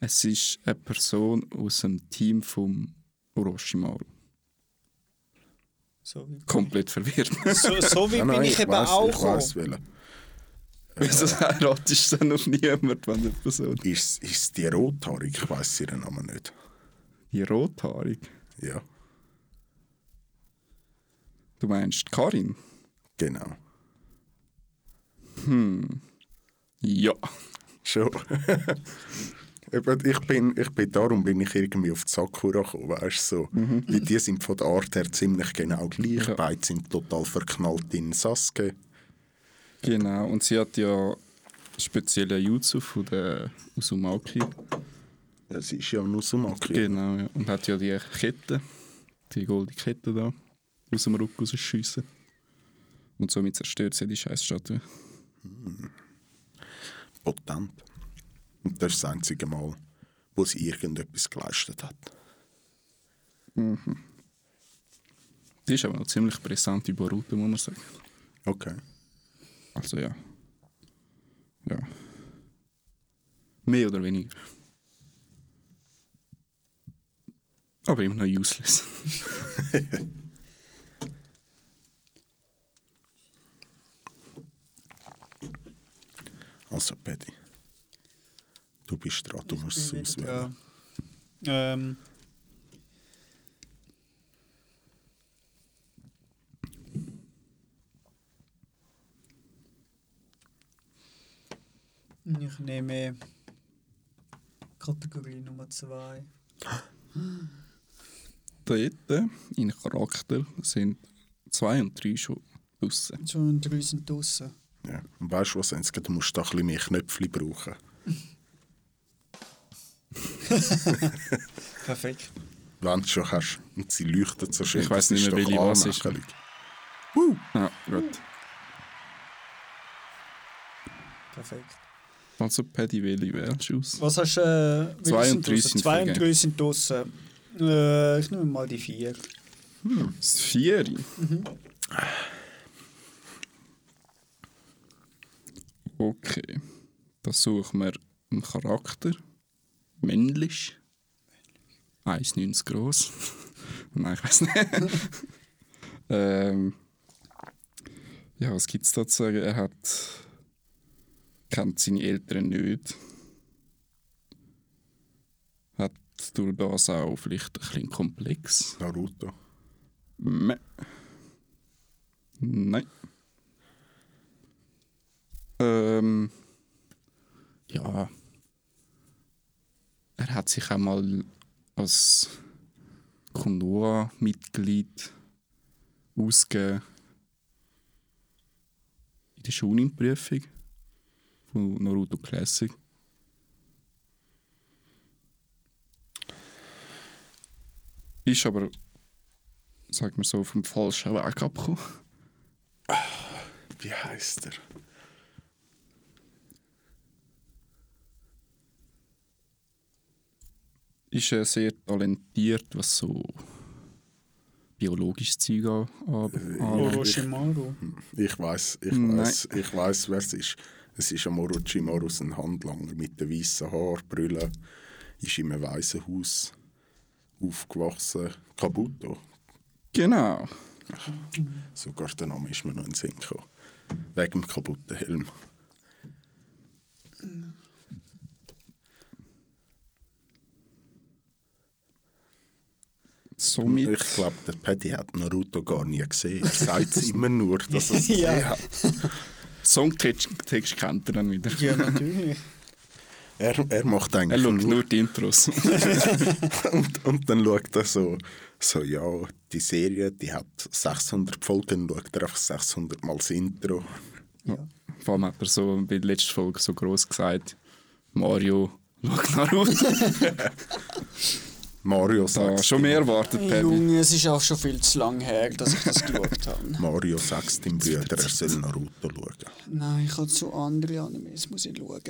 S1: Es ist eine Person aus dem Team von Orochimaru.
S3: So, wie-
S1: Komplett verwirrt.
S3: so, so wie
S2: Ah,
S3: bin ich, eben
S2: weiss,
S3: auch.
S2: Ich weiss,
S3: gekommen.
S2: welche.
S1: Wieso heiratest du dann noch niemand, Äh. wenn eine Person...
S2: ist, ist die rothaarige? Ich weiss ihren Namen nicht.
S1: Die Rothaarig.
S2: Ja,
S1: Du meinst Karin?
S2: genau.
S1: Ja.
S2: Schon. Eben, ich, bin, ich bin darum bin ich irgendwie auf die Sakura gekommen, weißt du, so. Weil die sind von der Art her ziemlich genau gleich.
S1: Ja.
S2: Beide sind total verknallt in Sasuke.
S1: Genau, und sie hat ja spezielle Jutsu von der Uzumaki.
S2: Das ist ja ein Uzumaki.
S1: Genau, ja. Und hat ja die Kette, die goldene Kette da, aus dem Rücken rausschiessen. Und somit zerstört sie die scheiß Statue.
S2: Potent. Und das ist das einzige Mal, wo sie irgendetwas geleistet hat.
S1: Die ist aber noch ziemlich präsent in Boruto, muss man sagen.
S2: Okay.
S1: Also ja. Ja. Mehr oder weniger. Aber immer noch useless.
S2: Also, Paddy. Du bist dran, du musst es auswählen.
S3: Ja. Ähm. Ich nehme Kategorie Nummer 2.
S1: Dort in Charakter sind zwei und drei schon draussen.
S3: Schon drei sind draussen.
S2: Ja. Und weißt du was, Enske, du musst da ein bisschen mehr Knöpfe brauchen.
S3: Perfekt.
S2: Wenn du schon hast. Und sie leuchten so schön.
S1: Ich weiss
S2: das
S1: nicht
S2: ist
S1: mehr,
S2: doch
S1: welche was ist.
S2: anmächtig.
S1: Ja, gut.
S3: Perfekt.
S1: Also Paddy Willi wählst du aus.
S3: Was hast du? Äh,
S1: Zwei
S3: welche
S1: und drei
S3: draussen?
S1: sind
S3: Zwei und
S1: vergeben.
S3: drei sind draussen. Äh, ich nehme mal die vier.
S1: Das Vieri. Okay. Da suchen wir einen Charakter. Männlich. 1,90 groß. Nein, ich weiß nicht. ähm, ja, was gibt es da zu sagen? Er hat. kennt seine Eltern nicht. Hat durch das auch vielleicht ein bisschen komplex.
S2: Naruto.
S1: Meh. Nein. Ähm, ja. Er hat sich einmal als Konoa-Mitglied ausgegeben in der Schunin-Prüfung von Naruto Classic. Ist aber sag mal so, vom falschen Weg abgekommen.
S2: Wie heißt er?
S1: Ist äh, sehr talentiert, was so biologisches Zeug an-
S3: Äh,
S1: an- anbelangt.
S3: Orochimaru.
S2: Ich weiß, ich
S1: Nein.
S2: weiß, ich weiß, wer es ist. Es ist ein Orochimaru, ein Handlanger mit den weißen Haaren, Brille. Ist in einem weißen Haus aufgewachsen. Kabuto.
S1: Genau.
S2: Sogar der Name ist mir noch in den Sinn gekommen. Wegen dem kaputten Helm.
S1: Somit.
S2: Ich glaube, der Paddy hat Naruto gar nie gesehen. Er sagt es immer nur, dass er es gesehen
S3: Ja.
S2: hat.
S1: Songtext Text kennt er dann wieder.
S3: Ja, natürlich.
S2: Er, er macht
S1: Er
S2: eigentlich
S1: schaut
S2: nur,
S1: nur die Intros.
S2: und, und dann schaut er so, so, ja, die Serie, die hat 600 Folgen, schaut er einfach 600 Mal das Intro.
S1: Ja. Vor allem hat er so bei der letzten Folge so gross gesagt: Mario, schau Naruto.
S2: Mario
S1: Da,
S2: sagt,
S1: schon mehr erwartet, Paddy.
S3: Junge, es ist auch schon viel zu lang her, dass ich das geschaut habe.
S2: Mario sagt dem Bruder, er soll Naruto schauen.
S3: Nein, ich habe zu andere Animes, muss ich schauen.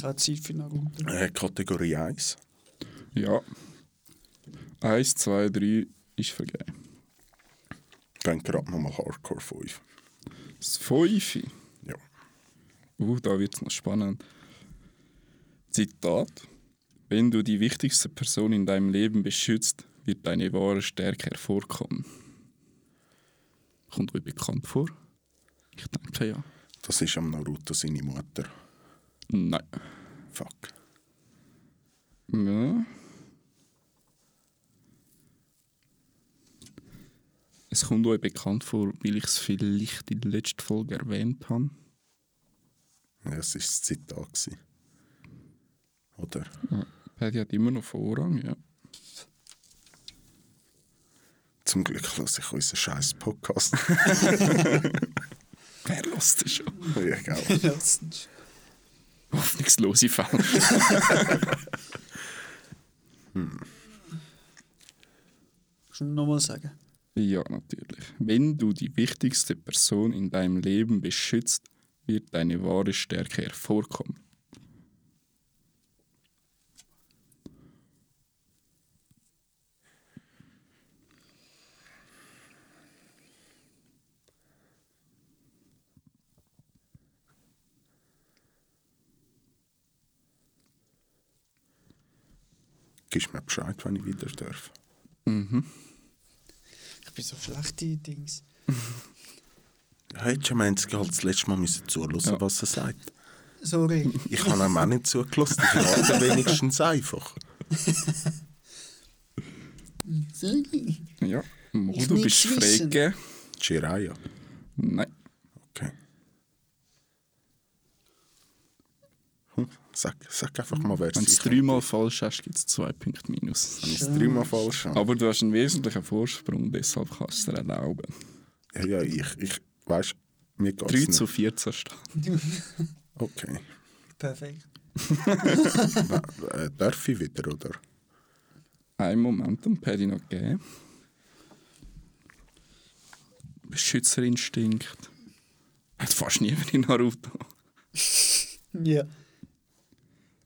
S3: Keine Zeit für Naruto.
S2: Äh, Kategorie 1.
S1: Ja. Eins, zwei, drei ist vergeben.
S2: Gehen gerade nochmal Hardcore 5.
S1: Das Fünfe.
S2: Ja.
S1: Uh, da wird es noch spannend. Zitat. Wenn du die wichtigste Person in deinem Leben beschützt, wird deine wahre Stärke hervorkommen. Kommt euch bekannt vor? Ich denke ja.
S2: Das ist am Naruto seine Mutter.
S1: Nein.
S2: Fuck.
S1: Ja. Es kommt euch bekannt vor, weil ich es vielleicht in der letzten Folge erwähnt habe.
S2: Ja, Es war das Zitat. gewesen. Oder?
S1: Paddy hat immer noch Vorrang, ja.
S2: Zum Glück höre ich unseren scheiß Podcast.
S1: Wer lässt das schon?
S2: ja, gell.
S3: Letztens.
S1: Hoffnungslose Fälle.
S3: Kannst du nochmal sagen?
S1: Ja, natürlich. Wenn du die wichtigste Person in deinem Leben beschützt, wird deine wahre Stärke hervorkommen.
S2: Gibst mir Bescheid, wenn ich wieder darf.
S3: Ich bin so schlecht in Dings.
S2: Hättest du am Ende halt das letzte Mal müssen zuhören,
S1: Ja.
S2: was er sagt.
S3: Sorry.
S2: Ich habe ihm auch nicht zugelassen. Ich lade wenigstens einfach.
S3: Sorry.
S1: Ja. Mo,
S3: Ich
S1: du bist
S3: will's wissen.
S1: Frege.
S2: Jiraya.
S1: Nein.
S2: Okay. Hm, sag, sag einfach mal, wer es
S1: Wenn du es
S2: ist.
S1: dreimal falsch hast, gibt es zwei Punkte minus.
S2: Wenn ich es dreimal falsch habe.
S1: Aber du hast einen wesentlichen Vorsprung, deshalb kannst du es dir erlauben.
S2: Ja, ja, ich, ich weißt mir geht
S1: 3
S2: es
S1: zu
S2: nicht.
S1: 14 steht.
S2: Okay.
S3: Perfekt.
S2: Äh, darf ich wieder, oder?
S1: Einen Moment, dann hätte ich noch gegeben. Beschützerinstinkt. Hat fast niemand in Naruto.
S3: Ja.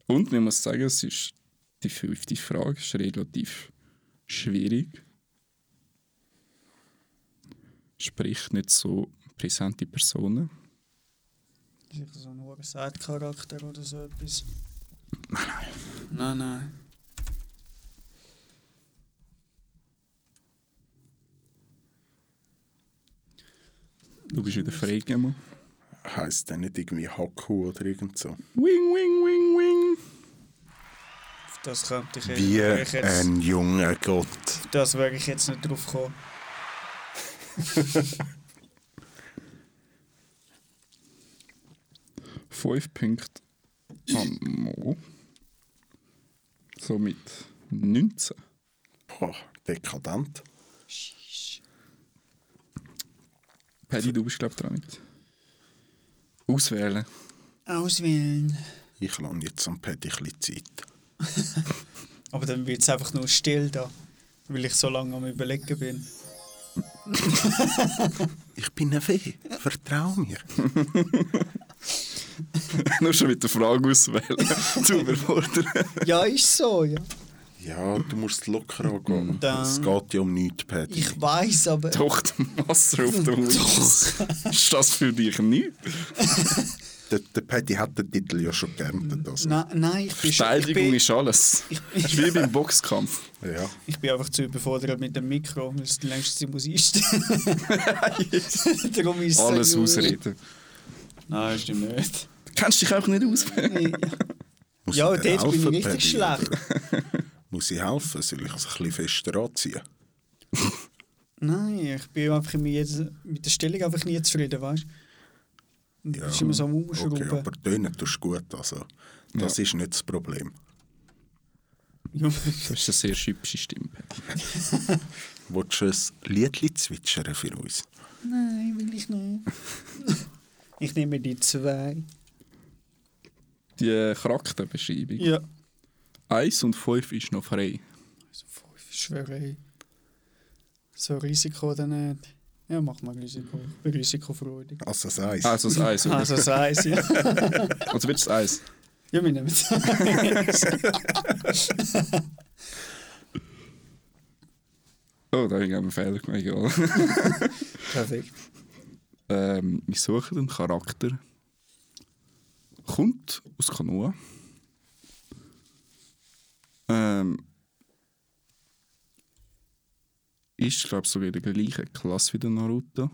S1: Und man muss sagen, es ist die fünfte Frage, ist relativ schwierig. Sprich nicht so präsente Personen.
S3: Sicher so ein hoher Side-Charakter oder so etwas. Nein, nein. Nein, nein.
S1: Du bist wieder frei, Gemma.
S2: Heißt der nicht irgendwie Haku oder irgend so?
S1: Wing, wing, wing, wing.
S3: Auf das könnte ich
S2: Wie
S3: wäre ich jetzt.
S2: ein junger Gott.
S3: auf Das wäre ich jetzt nicht drauf gekommen.
S1: Fünf Punkte am Mo. Somit 19.
S2: Boah, dekadent.
S1: Paddy, du bist, glaube ich, dran mit. Auswählen.
S3: Auswählen.
S2: Ich lasse jetzt am Paddy ein bisschen Zeit.
S3: Aber dann wird es einfach nur still da. Weil ich so lange am überlegen bin.
S2: Ich bin eine Fee. Vertrau mir.
S1: Nur schon mit der Frage auswählen. Zu überfordern.
S3: Ja, ist so, ja.
S2: Ja, du musst locker angehen.
S3: Mm. Dann-
S2: Es geht ja um nichts, Paddy.
S3: Ich weiß, aber.
S1: Doch, der Master auf der Wings. Ist das für dich nicht?
S2: Der, der Paddy hat den Titel ja schon geerntet. Also.
S3: Na, nein, ich bin, schon- ich,
S1: Verteidigung
S3: bin,
S1: ist alles. Ist wie beim Boxkampf.
S2: Ja.
S3: ich bin einfach zu überfordert mit dem Mikro, weil es die längste Zeit muss einstellen Darum ist es so
S1: Alles
S3: gut.
S1: ausreden.
S3: Nein, stimmt nicht.
S1: Du kannst dich einfach nicht auswählen.
S3: Nein,
S2: Muss
S3: Ja,
S2: ich dir
S3: dort bin ich
S2: helfen,
S3: richtig
S2: Paddy,
S3: schlecht.
S2: oder? Muss ich helfen? Soll ich es ein bisschen fester anziehen?
S3: Nein, ich bin einfach mit, jeder- mit der Stellung einfach nie zufrieden, weißt du? Du bist immer so am Umschrauben.
S2: Okay, aber tönen tust du gut. Also, das ist nicht das Problem.
S3: Junge,
S1: Das ist eine sehr schübsche Stimme.
S2: Willst du ein Liedli zwitschern für uns?
S3: Nein, will ich nicht. ich nehme die zwei.
S1: Die äh, Charakterbeschreibung.
S3: Ja.
S1: 1 und 5 ist noch frei.
S3: Also fünf, ich schwöre ey. So Risiko oder nicht? Ja, mach mal Risiko. Ich bin risikofreudig.
S2: Also das Eis.
S1: Also das 1.
S3: Also das Eis, ja.
S1: Also wird es 1.
S3: Ja, wir nehmen es.
S1: Oh, da habe ich einen Fehler gemacht. Egal.
S3: Perfekt.
S1: Ähm, wir suchen einen Charakter. Kommt aus Kanoa. Ähm, ist, glaube ich, sogar in der gleichen Klasse wie der Naruto.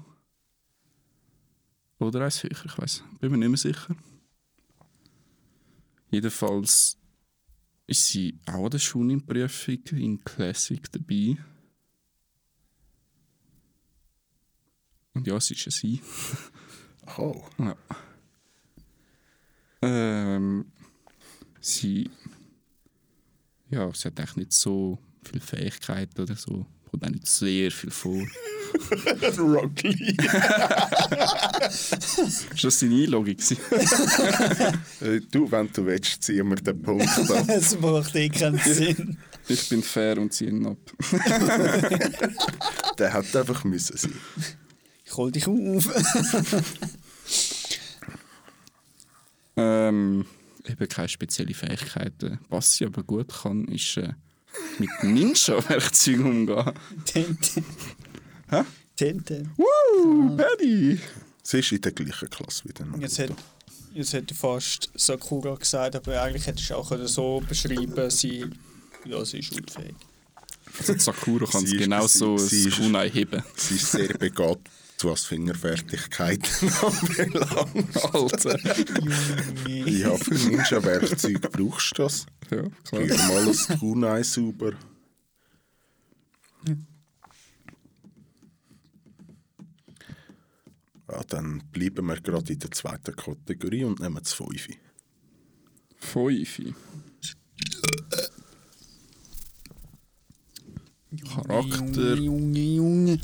S1: Oder eins höher, ich weiß. Bin mir nicht mehr sicher. Jedenfalls ist sie auch an der Schunin-Prüfung in Classic dabei. Und ja, es ist ein Sie.
S2: Oh,
S1: Ja. Ähm, sie. Ja, sie hat eigentlich nicht so viele Fähigkeiten oder so. Kommt auch nicht sehr viel vor.
S2: Rock Lee.
S1: Ist das seine Einlogik? gewesen?
S2: Äh, Du, wenn du willst, ziehen wir den Punkt ab.
S3: Es macht eh keinen Sinn.
S1: ich bin fair und sie ihn ab.
S2: Der hätte einfach müssen sein.
S3: Ich hol dich auf.
S1: Ähm, eben keine speziellen Fähigkeiten. Was sie aber gut kann, ist äh, mit Ninja-Werkzeugen umgehen.
S3: Tente.
S1: Hä?
S3: Tente.
S1: Woo, Paddy!
S2: Sie ist in der gleichen Klasse wie der Naruto.
S3: Jetzt hat, jetzt hat er fast Sakura gesagt, aber eigentlich hättest du auch können so beschreiben sie, ja, sie ist unfähig.
S1: Also die Sakura kann es
S2: Sie ist-
S1: genau
S2: sie-
S1: so
S2: sie
S1: ein
S2: ist-
S1: Kunai heben.
S2: Sie ist sehr begabt, was Fingerfertigkeiten anbelangt.
S1: Alter.
S3: Junge.
S2: Ja, für Ninja-Werkzeug brauchst du das.
S1: Ja, klar.
S2: Probier mal ein Kunai sauber. Ja, Ah, dann bleiben wir gerade in der zweiten Kategorie und nehmen das Fünfe.
S1: Fünfi. Charakter.
S3: Junge, Junge.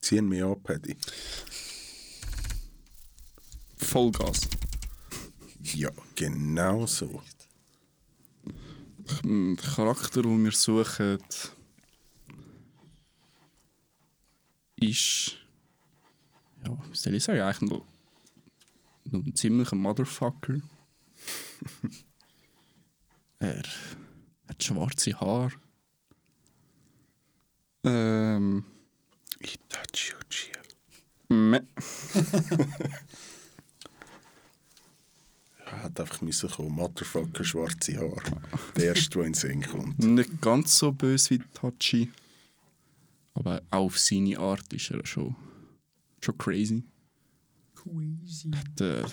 S2: Ziehen wir ab, Paddy.
S1: Vollgas.
S2: Ja, genau so.
S1: Hm, Der Charakter, den wir suchen, ist. Ja, was soll ich sagen? Eigentlich noch, noch ein ziemlicher Motherfucker. er hat schwarze Haare. Ähm.
S2: Itachi Uchiha.
S1: Meh.
S2: Er hat einfach müssen kommen. Motherfucker, schwarze Haare. Der erste, der in den Sinn kommt.
S1: Nicht ganz so böse wie Tachi. Aber auch auf seine Art ist er schon, schon crazy.
S3: Crazy.
S1: Hat, äh,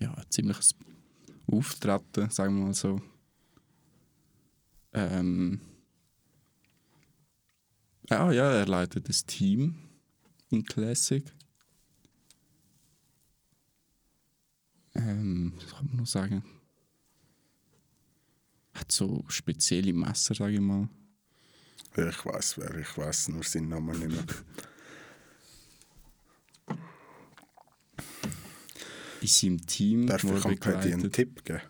S1: ja, ein ziemliches Auftreten, sagen wir mal so. Ähm, ah ja, er leitet das Team in Classic. Ähm, was kann man noch sagen? Hat so spezielle Messer, sage ich mal.
S2: Ich weiß wer, ich weiß nur seinen Namen nicht mehr.
S1: in seinem Team,
S2: Darf
S1: wo
S2: ich
S1: er
S2: am Paddy einen
S1: begleitet.
S2: Tipp geben?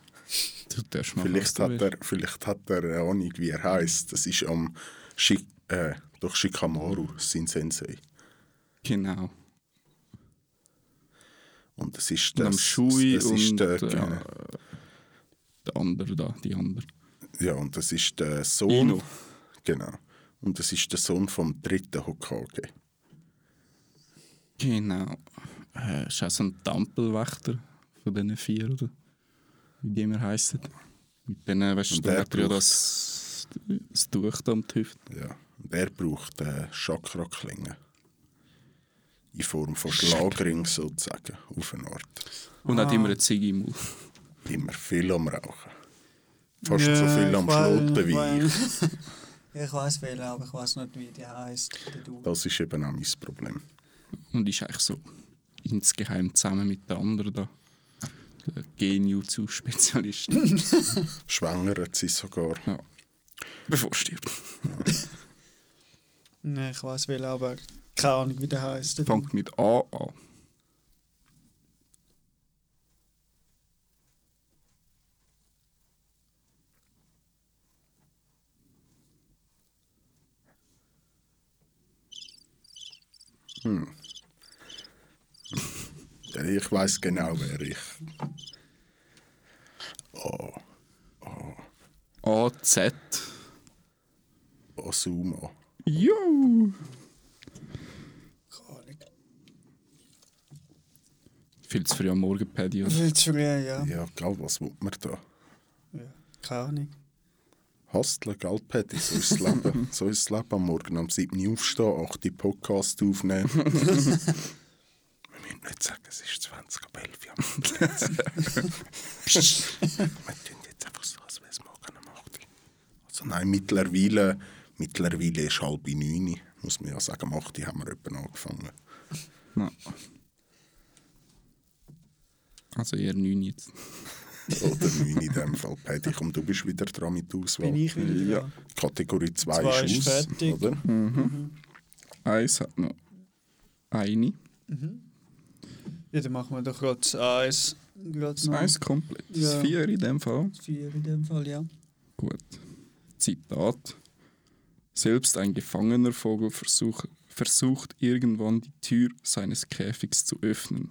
S1: Du darfst mal
S2: Vielleicht
S1: machen,
S2: hat, er, vielleicht hat er eine Ahnung, wie er heißt. Das ist am Shik äh, doch Shikamaru, sein Sensei.
S1: Genau.
S2: Und es ist
S1: Und
S2: das.
S1: am Schui
S2: das ist
S1: und
S2: der,
S1: äh,
S2: genau.
S1: der andere da, die andere.
S2: ja, und das ist der Sohn.
S1: Ino.
S2: Genau. Und das ist der Sohn vom dritten Hokage.
S1: Genau. Äh, ist auch so ein Tampelwächter von diesen vier, oder? Wie die immer heissen. Mit denen, weißt du,
S2: Und
S1: der
S2: der
S1: hat ja
S2: braucht-
S1: das, das Tuch da um die Hüfte.
S2: Ja. Und er braucht äh, Chakra-Klingen. In Form von Schlagring sozusagen, auf eine Art. Ah.
S1: Und hat immer eine Ziege im Mund.
S2: Immer viel am Rauchen. Fast
S3: Ja,
S2: so viel am
S3: ich weiß-
S2: Schloten wie ich.
S3: Ich weiß welche, aber ich weiß nicht, wie die heisst. oder Du.
S2: Das ist eben auch mein Problem.
S1: Und ist eigentlich so insgeheim zusammen mit den anderen da. Der Genjutsu-Spezialist.
S2: Schwängert sie sogar.
S1: ja. Bevor er stirbt.
S3: Nein, ich weiß welche, aber keine Ahnung, wie der heisst. oder du.
S1: Fängt mit A an.
S2: Ich weiß genau, wer ich. Oh,
S1: A, Z.
S2: Osuma.
S1: Jo!
S3: Keine Ahnung.
S1: Viel zu früh am Morgenpedia.
S3: Viel zu früh, ja. ja.
S2: Ja, gell, was will man da?
S3: Keine Ahnung.
S2: Hasteln, gell, Paddy? So ist das Leben. so ist das Leben am Morgen. Am 7. Uhr aufstehen, 8 Uhr Podcast aufnehmen. Wir müssen nicht sagen, es ist 20 ab 11 Uhr. Wir tun jetzt einfach so, als wäre es morgen um 8 Uhr. Also nein, mittlerweile, mittlerweile ist halb 9 Uhr. Muss man ja sagen, um 8 Uhr haben wir etwa angefangen.
S1: Ja. Also eher 9 jetzt.
S2: Oder 9 in dem Fall. Paddy, komm, du bist wieder dran mit der Auswahl.
S3: Bin ich wieder dran?
S2: Kategorie 2
S3: Zwei
S2: ist,
S3: ist
S2: aus,
S3: fertig.
S2: oder?
S1: Eins hat noch eine.
S3: Mhm. Ja, dann machen wir doch gerade das Eis. Gerade
S1: Das
S3: noch
S1: Eins komplett. Das
S3: Ja.
S1: Vier in dem Fall.
S3: das Vier in dem Fall, ja.
S1: Gut. Zitat. Selbst ein gefangener Vogel versuch, versucht irgendwann die Tür seines Käfigs zu öffnen.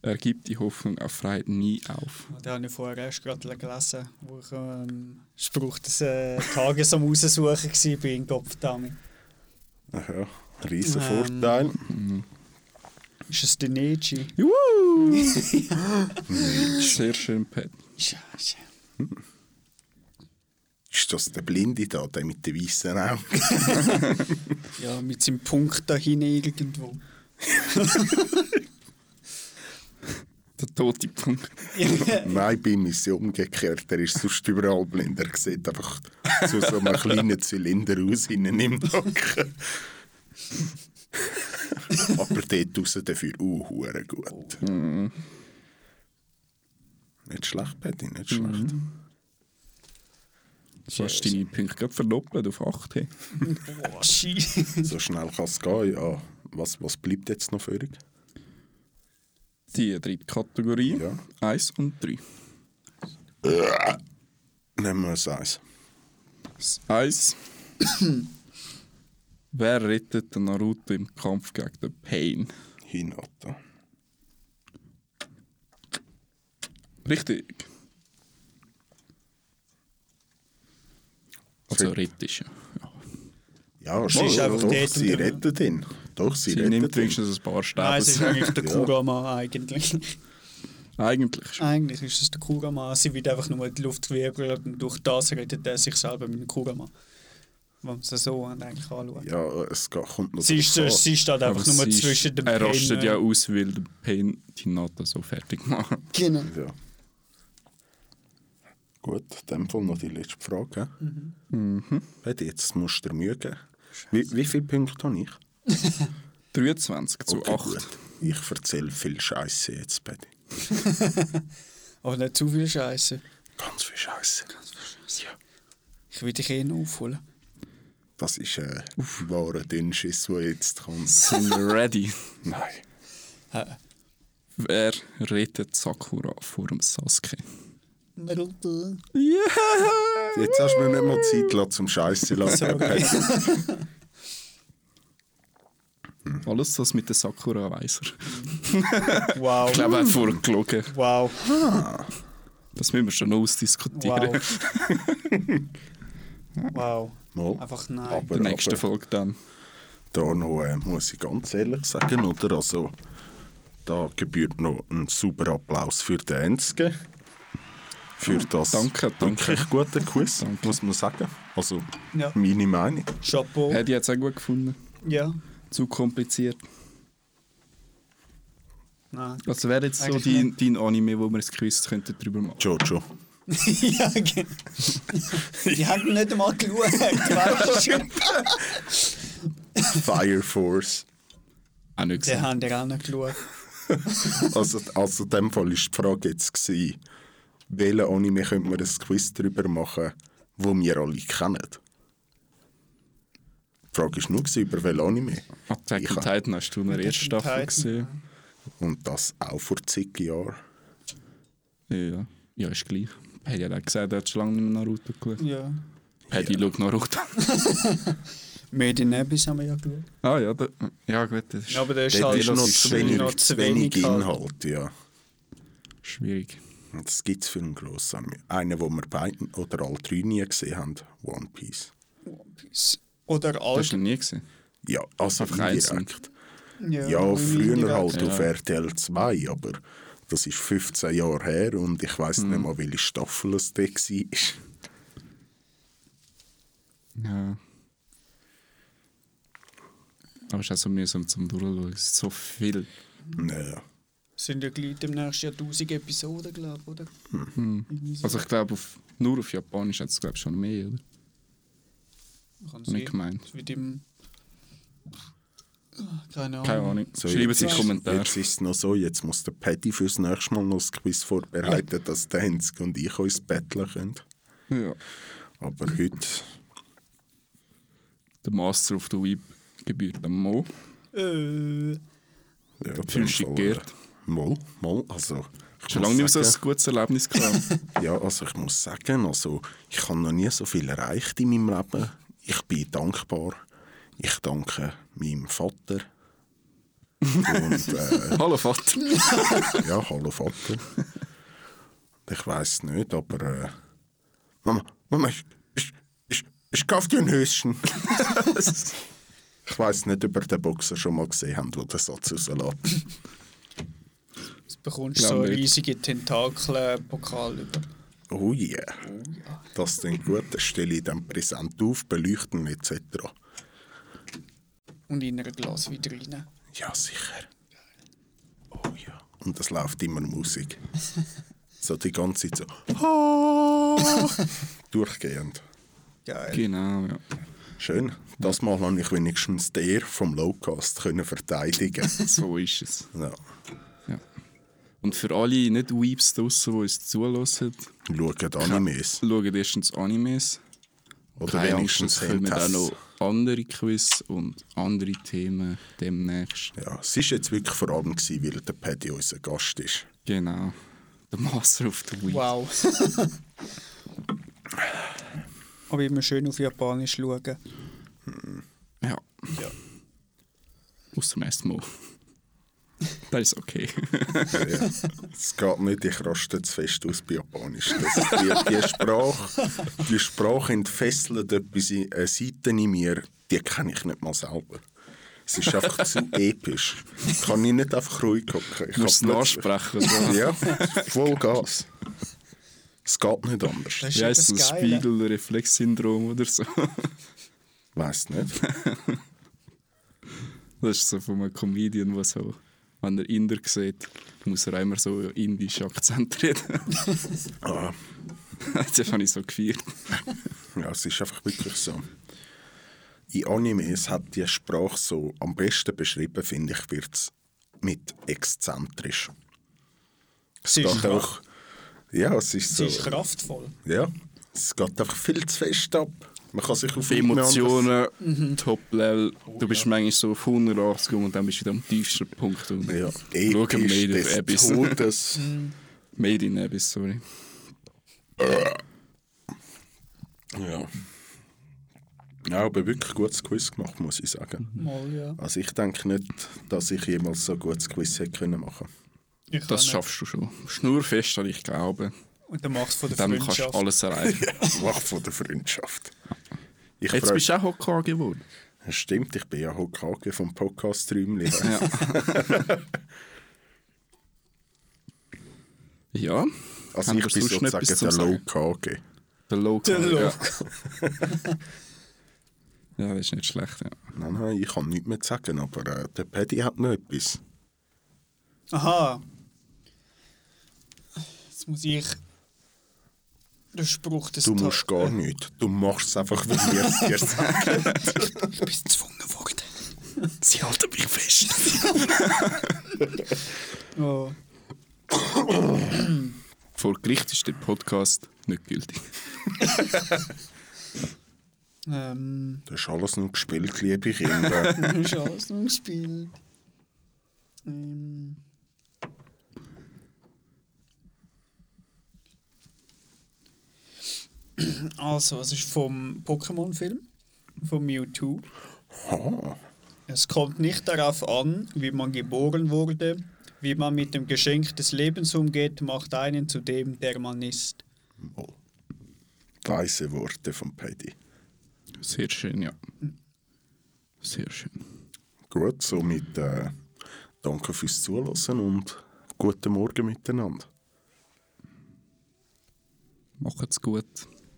S1: Er gibt die Hoffnung auf Freiheit nie auf.
S3: Ah, Den habe ich vorher erst gerade gelesen, wo ich ähm, Spruch des äh, Tages am Raussuchen war bei Kopfdami.
S2: Aha, riesen Vorteil.
S3: Ist es der Nietzsche?
S1: Juhu! Sehr schön, Pat.
S3: Scheiße.
S2: Ist das der Blinde da, der mit den weißen Augen?
S3: Ja, mit seinem Punkt da hinten irgendwo.
S1: Der tote Punkt.
S2: Nein, bei ihm ist es ja umgekehrt. Er ist sonst überall blind. Er sieht einfach zu so einem kleinen Zylinder aus, hinten im Nacken. Aber dort raus dafür auch hure gut. Nicht schlecht, Patty, nicht schlecht.
S1: Du hast deine Punkte gerade verdoppelt auf 8. Hey.
S3: Boah, Scheiße.
S2: So schnell kann es gehen, ja. Was, was bleibt jetzt noch für dich?
S1: Die dritte Kategorie.
S2: Ja.
S1: Eins und drei.
S2: Nehmen wir es eins.
S1: Das Eins. Wer rettet den Naruto im Kampf gegen den Pain?
S2: Hinata.
S1: Richtig. Also
S2: Fit.
S1: rettisch. Ja.
S2: Ja,
S3: Sie ist einfach
S2: doch,
S3: dort
S2: sie
S3: und-
S2: rettet ihn. Doch, sie,
S1: Sie, nimmt
S2: rettet ihn.
S1: wenigstens ein paar
S3: Nein, es ist
S1: Stäbe.
S3: eigentlich der Kurama eigentlich.
S1: Eigentlich schon.
S3: eigentlich ist es der Kurama. Sie wird einfach nur in die Luft gewirbelt und durch das rettet er sich selber mit dem Kurama. Wenn man es so eigentlich anschaut.
S2: Ja, es geht- kommt noch
S3: Sie, ist,
S2: drauf an.
S3: sie steht
S1: Aber
S3: einfach nur
S1: sie ist-
S3: zwischen den
S1: Er rastet
S3: Beinen.
S1: ja aus, weil der Pain die Nata so fertig macht.
S3: Genau.
S2: Ja. Gut, in dem Fall noch die letzte Frage. Mhm. Warte, jetzt musst du dir Mühe geben. Wie, wie viele Punkte habe ich?
S1: 23 zu 8.
S2: gut. Ich erzähle viel Scheiße jetzt, Betty.
S3: Aber Oh, nicht zu viel Scheiße.
S2: Ganz viel Scheiße.
S3: Ich will dich eh noch aufholen.
S2: Das ist ein wahrer Dünnschiss, der jetzt kommt.
S1: Sind wir ready?
S2: Nein.
S1: Wer rettet Sakura vor dem Sasuke?
S3: Naruto.
S1: Yeah!
S2: Jetzt hast du mir nicht mal Zeit lassen, zum Scheiße lassen. Patty.
S1: Alles das mit der Sakura weiss er.
S3: Mm.
S1: Ich
S3: Wow.
S1: glaube, er hat vorher gelogen.
S3: Wow.
S1: Das müssen wir schon noch ausdiskutieren.
S3: Wow. wow.
S2: Mal.
S3: Einfach nein.
S1: In der nächsten Folge dann.
S2: da noch, äh, muss ich ganz ehrlich sagen, oder? Also, da gebührt noch ein super Applaus für den Enzke. Für das
S1: danke, danke.
S2: wirklich gute Quiz,
S1: Danke.
S2: muss man sagen. Also,
S3: Ja.
S2: meine Meinung.
S3: Chapeau.
S1: Hätte ich jetzt auch gut gefunden.
S3: Ja.
S1: Zu kompliziert.
S3: Nein.
S1: Was wäre Also, jetzt so
S3: Eigentlich
S1: dein, dein Anime, wo wir ein Quiz könnten drüber machen
S2: Jojo.
S3: ja, genau. Die haben nicht einmal geschaut. Weißt du?
S2: Fire Force.
S1: Auch nicht
S3: Die
S1: gesehen.
S3: haben dir auch nicht geschaut.
S2: Also, also in dem Fall war die Frage jetzt, gewesen, welchen Anime könnte man ein Quiz darüber machen, wo wir alle kennen? Die Frage war nur, gewesen, über welchen Anime.
S1: Attack
S2: Ich
S1: on
S2: hab-
S1: Ah, Titan hast du in der
S3: Attack
S1: ersten
S3: on
S1: Staffel
S3: Titan.
S1: gesehen.
S2: Und das auch vor zig Jahren.
S1: Ja. ja, ist gleich. Paddy hat auch gesagt, er hat schon lange nicht mehr Naruto geschaut.
S3: Ja.
S1: Paddy schaut Naruto.
S3: Made in Abyss haben wir ja geschaut.
S1: ah ja, da, ja gut, das ist
S3: aber der ist
S2: Dort
S1: halt
S2: ist noch zu wenig,
S1: noch halt.
S2: zu wenig Inhalt. Ja.
S1: schwierig.
S2: Und Das gibt es für einen grossen Anime. Einen, den wir beide oder alle drei nie gesehen haben: One Piece.
S3: Oder
S1: Das hast
S3: alt.
S1: du noch nie gesehen.
S2: Ja, also
S1: Einfach einzeln.
S2: direkt. Ja, früher halt
S1: Ja.
S2: auf RTL 2, aber das ist 15 Jahre her und ich weiß
S1: Hm.
S2: nicht mal, welche Staffel es da war.
S1: Ja. Aber es ist auch so mühsam zum Durchschauen. Es ist so viel.
S2: Naja.
S3: Sind ja gleich im nächsten Jahr 1000 Episoden, glaube ich, oder? Irgendwie so.
S1: Also ich glaube, auf, nur auf Japanisch hat es glaube ich schon mehr, oder?
S3: Kann
S2: Also,
S1: Nicht
S3: sein.
S1: gemeint.
S3: Es wird im. Keine Ahnung.
S1: Keine Ahnung.
S2: So,
S1: Schreiben
S2: jetzt
S1: Sie in die
S2: ist-
S1: Kommentare.
S2: Jetzt ist es noch so, jetzt muss der Paddy fürs nächste Mal noch ein Quiz vorbereiten, dass der Hensk und ich uns betteln können.
S1: Ja.
S2: Aber heute,
S1: Der Master of the Web gebührt dem Mo.
S3: Äh,
S2: ja, auf
S1: Fühlst
S2: jeden
S1: du
S2: Fall,
S1: dich
S2: äh,
S1: geehrt?
S2: Mal, mal, also... ich
S1: Schon
S2: muss
S1: lange nicht mehr
S2: sagen-
S1: so ein gutes Erlebnis gehabt.
S2: Ja, also ich muss sagen, also ich habe noch nie so viel erreicht in meinem Leben. Ich bin dankbar. Ich danke meinem Vater. Und äh,
S1: Hallo Vater.
S2: ja, hallo Vater. Ich weiß nicht, aber äh, Mama, Mama, ich, ich, ich, ich kauf dir ein Höschen. ich weiß nicht, ob ihr den Boxer schon mal gesehen habt, wo der Satz rauslässt.
S3: jetzt bekommst du
S1: Glaub
S3: so
S1: nicht.
S3: riesige Tentakel-Pokal über.
S2: Oh yeah. Das klingt gut. Das stelle ich dann präsent auf, beleuchten etc.
S3: Und in einer Glasvitrine.
S2: Ja, sicher. Oh ja. Und es läuft immer Musik. so die ganze Zeit so. Durchgehend.
S3: Geil.
S1: genau, ja.
S2: Schön. Das Mal habe ich wenigstens den Ehr vom Lowcast können verteidigen.
S1: So ist es.
S2: ja.
S1: Ja. Und für alle nicht Weebs draussen, die uns zulassen,
S2: Schaut Animes.
S1: schaut erstens Animes.
S2: Oder
S1: Keine Angst,
S2: wenigstens
S1: es kommen auch
S2: Hentas.
S1: noch andere Quiz und andere Themen demnächst.
S2: Ja, es war jetzt wirklich vor allem, gewesen, weil der Paddy unser Gast ist.
S1: Genau. Der Master of the Week.
S3: Wow. Aber immer schön auf Japanisch schauen.
S1: Ja.
S3: Ja.
S1: Aus dem ersten Mal. Das ist okay.
S2: Ja. Es geht nicht, ich raste zu fest aus bei Japanisch. Das ist die, die Sprache, die Sprache entfesselt etwas in, äh, Seiten in mir, die kenne ich nicht mal selber. Es ist einfach zu episch. Kann ich nicht einfach ruhig gucken. Ich
S1: Du musst es
S2: hab
S1: nachsprechen.
S2: plötzlich-
S1: So.
S2: Ja, voll Gas. Es geht nicht anders.
S3: Das ist
S1: Wie heisst
S3: etwas
S1: das?
S3: Geiles.
S1: Spiegelreflexsyndrom oder so.
S2: Weiß nicht.
S1: Das ist so von einem Comedian, der so, wenn er Inder sieht, muss er immer so indischen Akzent reden.
S2: Ah,
S1: das habe ich so gefeiert.
S2: ja, es ist einfach wirklich so. In Animes hat die Sprache so am besten beschrieben, finde ich, wird es mit exzentrisch. Es
S3: Sie ist
S2: geht auch. Ja, es ist so.
S3: Sie ist kraftvoll.
S2: Ja, es geht einfach viel zu fest ab. Man kann sich auf nichts mehr Mhm.
S1: Emotionen, Top-Level. Du
S2: Oh,
S1: bist manchmal so auf 180 und dann bist du wieder am tiefsten Punkt. Und
S2: anders- Ja,
S1: Schau am
S2: episch
S1: Made of
S2: des
S1: Abyss.
S2: Todes.
S1: Made in Abyss, sorry.
S2: ja. ja, aber wirklich gutes Quiz gemacht, muss ich sagen.
S3: Mal, ja.
S2: Also ich denke nicht, dass ich jemals so ein gutes Quiz hätte können machen
S3: Ich kann
S1: Das
S3: nicht.
S1: schaffst du schon. Schnurfest an dich glauben.
S3: Und dann machst du von der
S1: Dann kannst du
S3: Freundschaft.
S1: alles erreichen.
S2: Mach von der Freundschaft. Ich
S1: Jetzt
S2: freu-
S1: bist du auch Hokage geworden.
S2: Stimmt, ich bin ja Hokage vom Podcast Träumli.
S1: Ja. ja.
S2: Also
S1: Haben
S2: ich
S1: wir
S2: bin
S1: sonst noch
S2: sozusagen
S1: etwas
S2: der
S1: zum
S2: Low
S1: Sagen?
S2: KG.
S1: Der Loco.
S3: Der
S1: Ja.
S3: Loco.
S1: ja, das ist nicht schlecht. Ja.
S2: Nein, nein, ich kann nichts mehr zu sagen, aber äh, der Paddy hat noch etwas.
S3: Aha. Jetzt muss ich den Spruch des
S2: Du
S3: Ta-
S2: musst gar nicht. Du machst es einfach, wie wir es dir sagen.
S3: Ich bin gezwungen worden. Sie halten mich fest. oh.
S1: Vor Gericht ist der Podcast nicht gültig.
S3: Ähm,
S2: Das ist alles nur gespielt, liebe Kinder.
S3: ist alles noch gespielt. Ähm. Also, es ist vom Pokémon-Film, vom Mewtwo.
S2: Ah,
S3: Es kommt nicht darauf an, wie man geboren wurde. Wie man mit dem Geschenk des Lebens umgeht, macht einen zu dem, der man ist.
S2: mal. Weise Worte von Paddy.
S1: Sehr schön, ja. Sehr schön.
S2: Gut, somit äh, danke fürs Zuhören und guten Morgen miteinander.
S1: Macht's gut.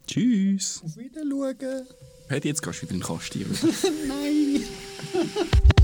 S1: Tschüss.
S3: Auf Wiedersehen!
S1: Hey, jetzt gehst du wieder in den Kasten.
S3: Nein!